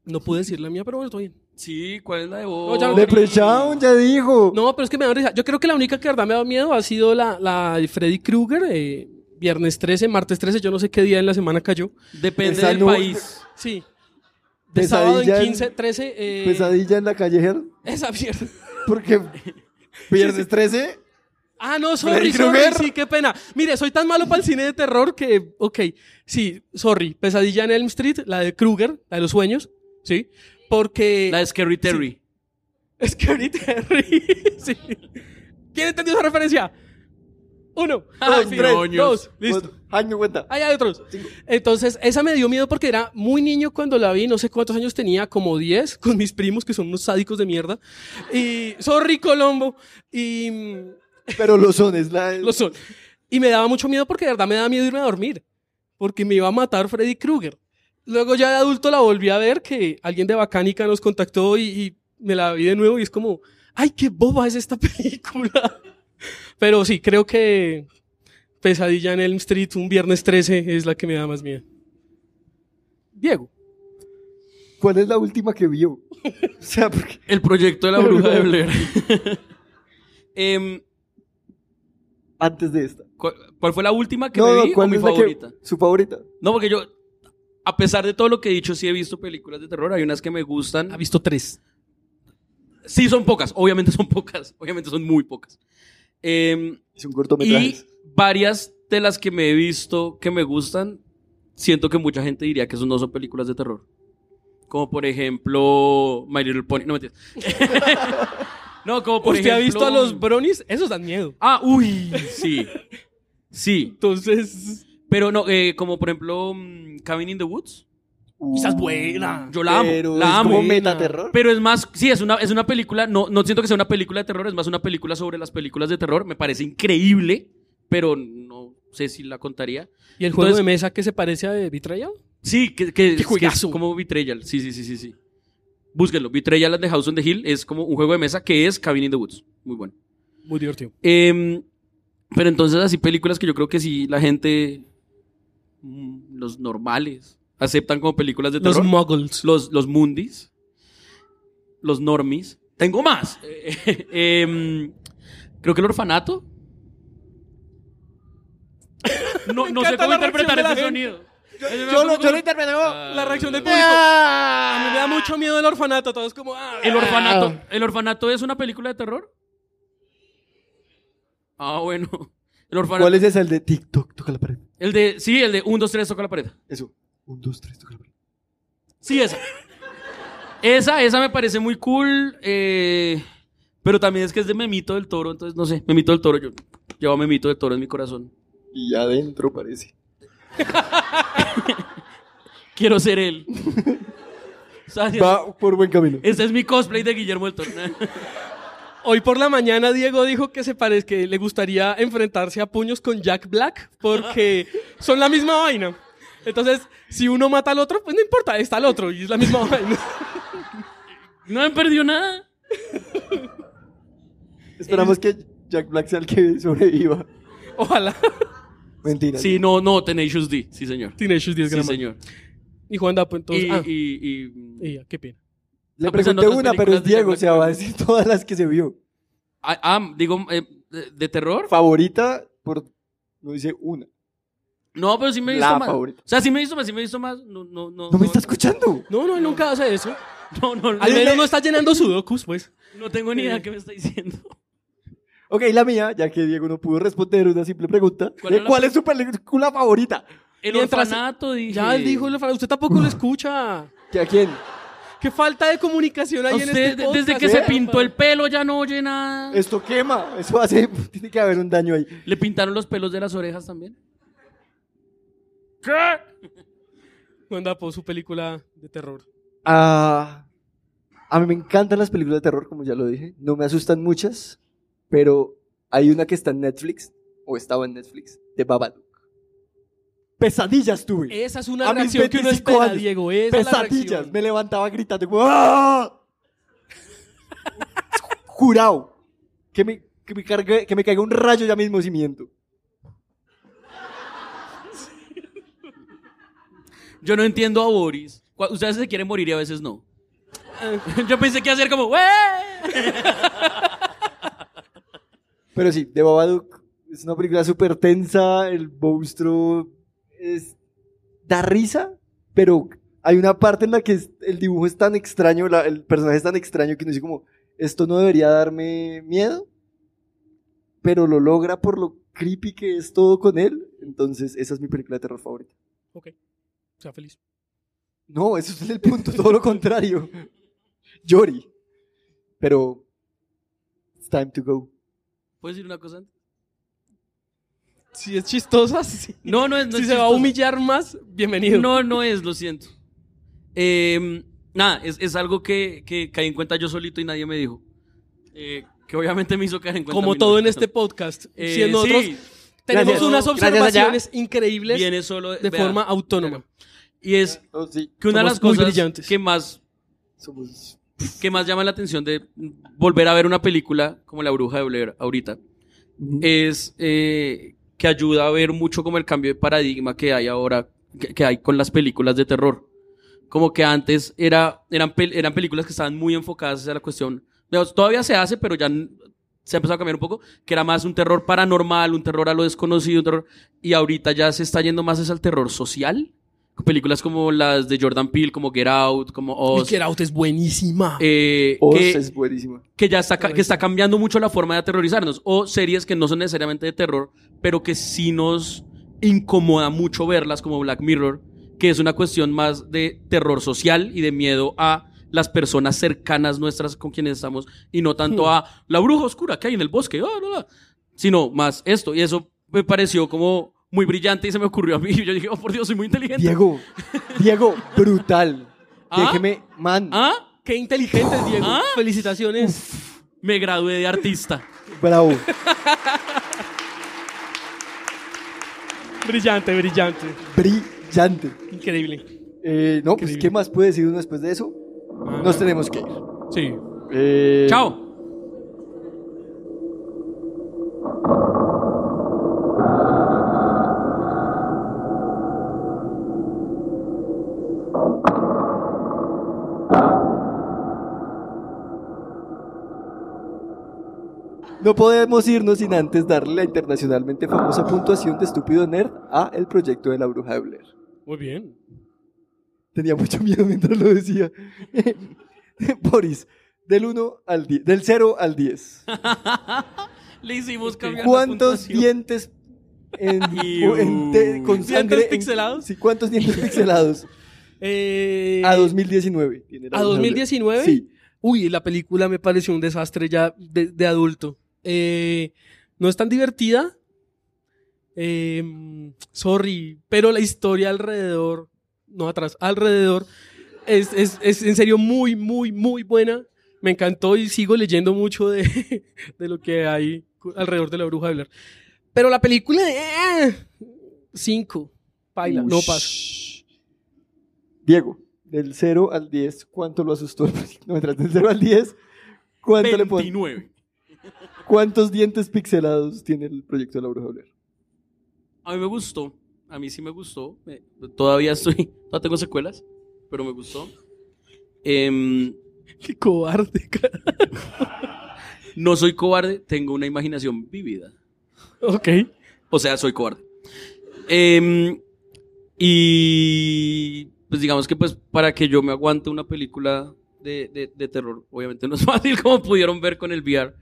No pude decir la mía, pero bueno, estoy bien. Sí, ¿cuál es la de No, vos? ya lo- Leprechaun, ya dijo. No, pero es que me da risa. Yo creo que la única que de verdad me da miedo ha sido la, la de Freddy Krueger. eh, viernes 13, martes 13, yo no sé qué día en la semana cayó. Depende Esa del no- país. Sí. De sábado en Pesadilla en- 15, 13. eh, Pesadilla en la callejera. esa mierda. Porque [LAUGHS] viernes 13. Ah, no, Freddy sorry, sorry, Krueger. sí, qué pena. Mire, soy tan malo para el cine de terror que, ok, sí, sorry, Pesadilla en Elm Street, la de Krueger, la de los sueños, ¿sí? Porque... La de Scary Terry. Es que ahorita [LAUGHS] rí- sí. ¿Quién entendió esa referencia? Uno, Ah, dos, sí. tres, Ñoños. dos, listo. bueno, Año Pues, cuenta. Ahí hay otros. Entonces, esa me dio miedo porque era muy niño cuando la vi, no sé cuántos años tenía, como 10, con mis primos que son unos sádicos de mierda. Y, sorry, Colombo. Y, Pero lo son, es la. [LAUGHS] lo son. Y me daba mucho miedo porque de verdad me daba miedo irme a dormir. Porque me iba a matar Freddy Krueger. Luego ya de adulto la volví a ver que alguien de Bacánica nos contactó y, y me la vi de nuevo y es como, ay, qué boba es esta [LAUGHS] película. Pero sí, creo que Pesadilla en Elm Street un viernes 13 es la que me da más miedo. Diego. ¿Cuál es la última que vio? O sea, porque... El proyecto de la [LAUGHS] bruja de Blair. [LAUGHS] Em, Antes de esta. ¿cu- ¿Cuál fue la última que No, me no, vi o ¿cuál mi es la que- favorita? su favorita. No, porque yo, a pesar de todo lo que he dicho, sí he visto películas de terror. Hay unas que me gustan. Ha visto tres. Sí, son pocas. Obviamente son pocas. Obviamente son muy pocas. Em, Es un cortometraje. y varias de las que me he visto que me gustan, siento que mucha gente diría que eso no son películas de terror. Como por ejemplo My Little Pony. No me [LAUGHS] No, como por ¿Usted ha ejemplo- visto a los bronies? Esos dan miedo. Ah, uy, sí. Sí. Entonces. Pero no, eh, como por ejemplo mm, Cabin in the Woods. Esa es buena. Yo la amo. Pero la es amo. como metaterror. Pero es más, sí, es una, es una película, no, no siento que sea una película de terror, es más una película sobre las películas de terror. Me parece increíble, pero no sé si la contaría. ¿Y el juego Entonces, de mesa que se parece a de Betrayal? Sí, que, que, ¡Qué que es juegazo! como Betrayal. Sí, sí, sí, sí, sí. Búsquenlo. Betrayal de House on the Hill es como un juego de mesa que es Cabin in the Woods. Muy bueno. Muy divertido. Em, pero entonces así películas que yo creo que sí la gente, mm, los normales, aceptan como películas de Los terror. muggles. Los, los mundis. Los normis. Tengo más. [LAUGHS] Em, creo que el orfanato. No, no sé encanta cómo la reacción interpretar de la ese gente. sonido. Yo, lo- yo lo interpreto. La Ah. reacción del público. A mí me da mucho miedo el orfanato. Todos como. ah, El orfanato, ¿El orfanato es una película de terror? Ah, bueno. El orfanato. ¿Cuál es esa? El de TikTok, toca la pared. El de, sí, el de 1, 2, 3, toca la pared. Eso. Un, dos, tres, toca la pared. Sí, esa. esa, esa me parece muy cool. eh, pero también es que es de Memito del Toro, entonces no sé. Memito del Toro, yo llevo a Memito del Toro en mi corazón. Y adentro parece. Quiero ser él. O sea, Va por buen camino. Ese es mi cosplay de Guillermo del Toro. [LAUGHS] Hoy por la mañana Diego dijo que se parece que le gustaría enfrentarse a puños con Jack Black [LAUGHS] porque son la misma vaina. Entonces, si uno mata al otro, pues no importa, está el otro y es la [LAUGHS] misma vaina. No han perdido nada. [LAUGHS] Esperamos que Jack Black sea el que sobreviva. Ojalá. Mentira. Sí, no, no, Tenacious D, sí, señor. Tenacious D es Sí, gran señor. Y Juan Dapo, entonces. Y, ah, y- y- y ya, qué pena. Le Ah, pues en pregunté otras una, pero es películas de Jack Diego, o Black sea, va a decir todas las que se vio. ah, ah, digo, eh, de, de terror? Favorita, por. No dice una. No, pero sí me he visto La más. favorita. O sea, sí me he visto más, sí me he visto más. No, no, no. ¿No me está escuchando? No, no, él nunca hace eso. No, no, no, Al menos no está llenando sudokus, pues. no tengo ni idea qué me está diciendo. Ok, la mía, ya que Diego no pudo responder una simple pregunta. de ¿Cuál ¿Cuál, era la es su película favorita? El Mientras- orfanato, dije. Ya él dijo, el orfanato, usted tampoco lo escucha. ¿Que a quién? Qué falta de comunicación A hay en usted, este de- podcast. desde que se ¿eh? pintó el pelo ya no oye nada. Esto quema. Eso hace. [LAUGHS] Tiene que haber un daño ahí. ¿Le pintaron los pelos de las orejas también? Juan Dapo, su película de terror. Ah, a mí me encantan las películas de terror, como ya lo dije. No me asustan muchas, pero hay una que está en Netflix, o estaba en Netflix, de Babadook. Pesadillas tuve. Esa es una A mis reacción que uno 25 espera, años. Diego. Esa es la Pesadillas. reacción. Me levantaba gritando como... [LAUGHS] ¡Ah! Jurado. Que me, que, me cargue- que me caiga un rayo ya mismo si miento. Yo no entiendo a Boris. Cu- Ustedes se quieren morir y a veces no. Eh. [LAUGHS] Yo pensé que iba a ser como, "Ué". Pero sí, de Babadook es una película súper tensa, el monstruo es, da risa, pero hay una parte en la que es- el dibujo es tan extraño, la- el personaje es tan extraño que uno dice como, esto no debería darme miedo, pero lo logra por lo creepy que es todo con él, entonces esa es mi película de terror favorita. Sea feliz. No, eso es el punto, todo lo contrario. Yori. Pero... It's time to go. ¿Puedes decir una cosa antes? Si es chistosa, [LAUGHS] sí. No, no es. No si es se va a chistoso. humillar más, bienvenido. No, no es, lo siento. Eh, nada, es, es algo que, que caí en cuenta yo solito y nadie me dijo. Eh, que obviamente me hizo caer en cuenta. a Como mí todo en mismo. este podcast. [LAUGHS] Eh, siendo sí. nosotros Tenemos Gracias. unas Gracias, allá. observaciones increíbles Viene solo- de vea. forma autónoma. Y es que una de las Somos muy cosas que más, que más llama la atención de volver a ver una película como La Bruja de Blair ahorita es eh, que ayuda a ver mucho como el cambio de paradigma que hay ahora, que, que hay con las películas de terror. Como que antes era, eran, pel- eran películas que estaban muy enfocadas a la cuestión. digamos, Todavía se hace, pero ya n- se ha empezado a cambiar un poco, que era más un terror paranormal, un terror a lo desconocido, un terror, y ahorita ya se está yendo más es al terror social. Películas como las de Jordan Peele, como Get Out, como Y Oz. Get Out es buenísima. eh, Oz que, es buenísima. Que ya está, ca- que está cambiando mucho la forma de aterrorizarnos. O series que no son necesariamente de terror, pero que sí nos incomoda mucho verlas, como Black Mirror, que es una cuestión más de terror social y de miedo a las personas cercanas nuestras con quienes estamos y no tanto Hmm. a la bruja oscura que hay en el bosque, ah, no, no, sino más esto. Y eso me pareció como muy brillante y se me ocurrió a mí. [LAUGHS] Yo dije, oh, por Dios, soy muy inteligente. Diego, Diego, brutal. ¿Ah? Déjeme, man. ¿Ah? Qué inteligente, Diego. ¿Ah? Felicitaciones. Me gradué de artista. Bravo. brillante, brillante. Brillante. Increíble. Eh, no, pues, ¿qué más puede decir uno después de eso? Nos tenemos que ir. Sí. Eh, Chao. No podemos irnos sin antes darle la internacionalmente famosa puntuación de Estúpido Nerd a el proyecto de la Bruja de Blair. Muy bien. Tenía mucho miedo mientras lo decía. [LAUGHS] Boris, del 1 al 10, del 0 al 10. Le hicimos cambiar la ¿Cuántos puntuación. dientes [LAUGHS] en- o en te- con ¿Dientes sangre en- pixelados? Eh, sí, ¿cuántos dientes [LAUGHS] pixelados? a 2019. tiene la Bruja de Eh, ¿A Blair. 2019? Sí. Uy, la película me pareció un desastre ya de, de adulto. Eh, no es tan divertida. Eh, sorry, pero la historia alrededor, no atrás, alrededor, es, es- es en serio muy, muy, muy buena. Me encantó y sigo leyendo mucho de, [LAUGHS] de lo que hay cu- alrededor de la bruja de Blair. Pero la película, eh, cinco, baila, no Ush. pasa. Diego, del 0 al 10, ¿cuánto lo asustó? [LAUGHS] No, mientras del 0 al 10, ¿cuánto le pon- 29. ¿Cuántos dientes pixelados tiene el proyecto de la Bruja de Blair? A mí me gustó. A mí sí me gustó. Me- todavía estoy. [LAUGHS] Todavía tengo secuelas, pero me gustó. Em, Qué cobarde, cara. no soy cobarde, tengo una imaginación vívida. Ok. O sea, soy cobarde. Em, y pues digamos que pues para que yo me aguante una película de, de- de terror, obviamente no es [LAUGHS] fácil como pudieron ver con el VR.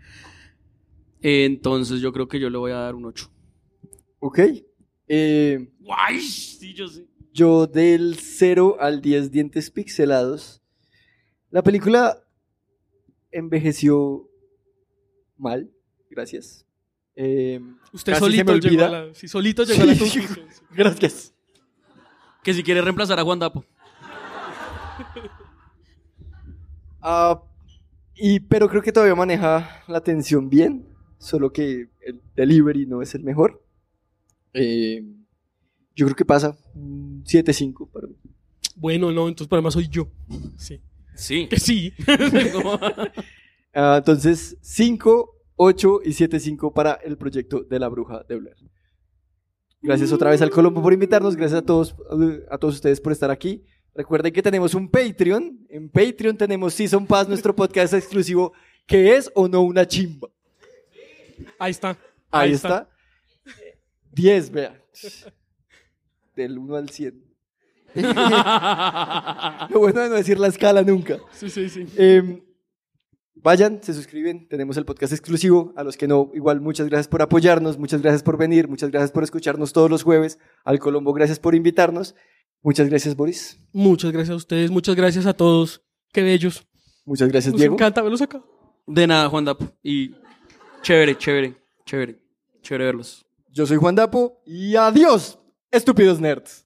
Entonces yo creo que yo le voy a dar un 8. Ok. Eh, ¡Guay! Sí, yo sé. yo del 0 al 10 dientes pixelados. La película envejeció mal, gracias. Eh, Usted casi se me solito llegó olvida. a la, sí, solito llegó a [LAUGHS] la Sí, conclusión. Gracias. Que si quiere reemplazar a Juan Dapo. Ah, y, pero creo que todavía maneja la tensión bien, solo que el delivery no es el mejor. Eh, yo creo que pasa un 7-5 para mí. Bueno, no, entonces para más soy yo. [LAUGHS] Sí. Sí. Que sí. Ah, entonces, 5, 8 y 7-5 para el proyecto de la bruja de Blair. Gracias otra vez al Colombo por invitarnos, gracias a todos, a todos ustedes por estar aquí. Recuerden que tenemos un Patreon, en Patreon tenemos Season Pass, nuestro podcast exclusivo, que es o no una chimba. Ahí está. Ahí, está. 10, vea. Del 1 al [LAUGHS] 100. Lo bueno de no decir la escala nunca. Sí, sí, sí. Eh, vayan, se suscriben, tenemos el podcast exclusivo. A los que no, igual muchas gracias por apoyarnos, muchas gracias por venir, muchas gracias por escucharnos todos los jueves. Al Colombo, gracias por invitarnos. Muchas gracias, Boris. Muchas gracias a ustedes, muchas gracias a todos. Qué bellos. Muchas gracias, Nos Diego. encanta verlos acá. De nada, Juan Dapo. Y chévere, chévere, chévere. Chévere verlos. Yo soy Juan Dapo y adiós, estúpidos nerds.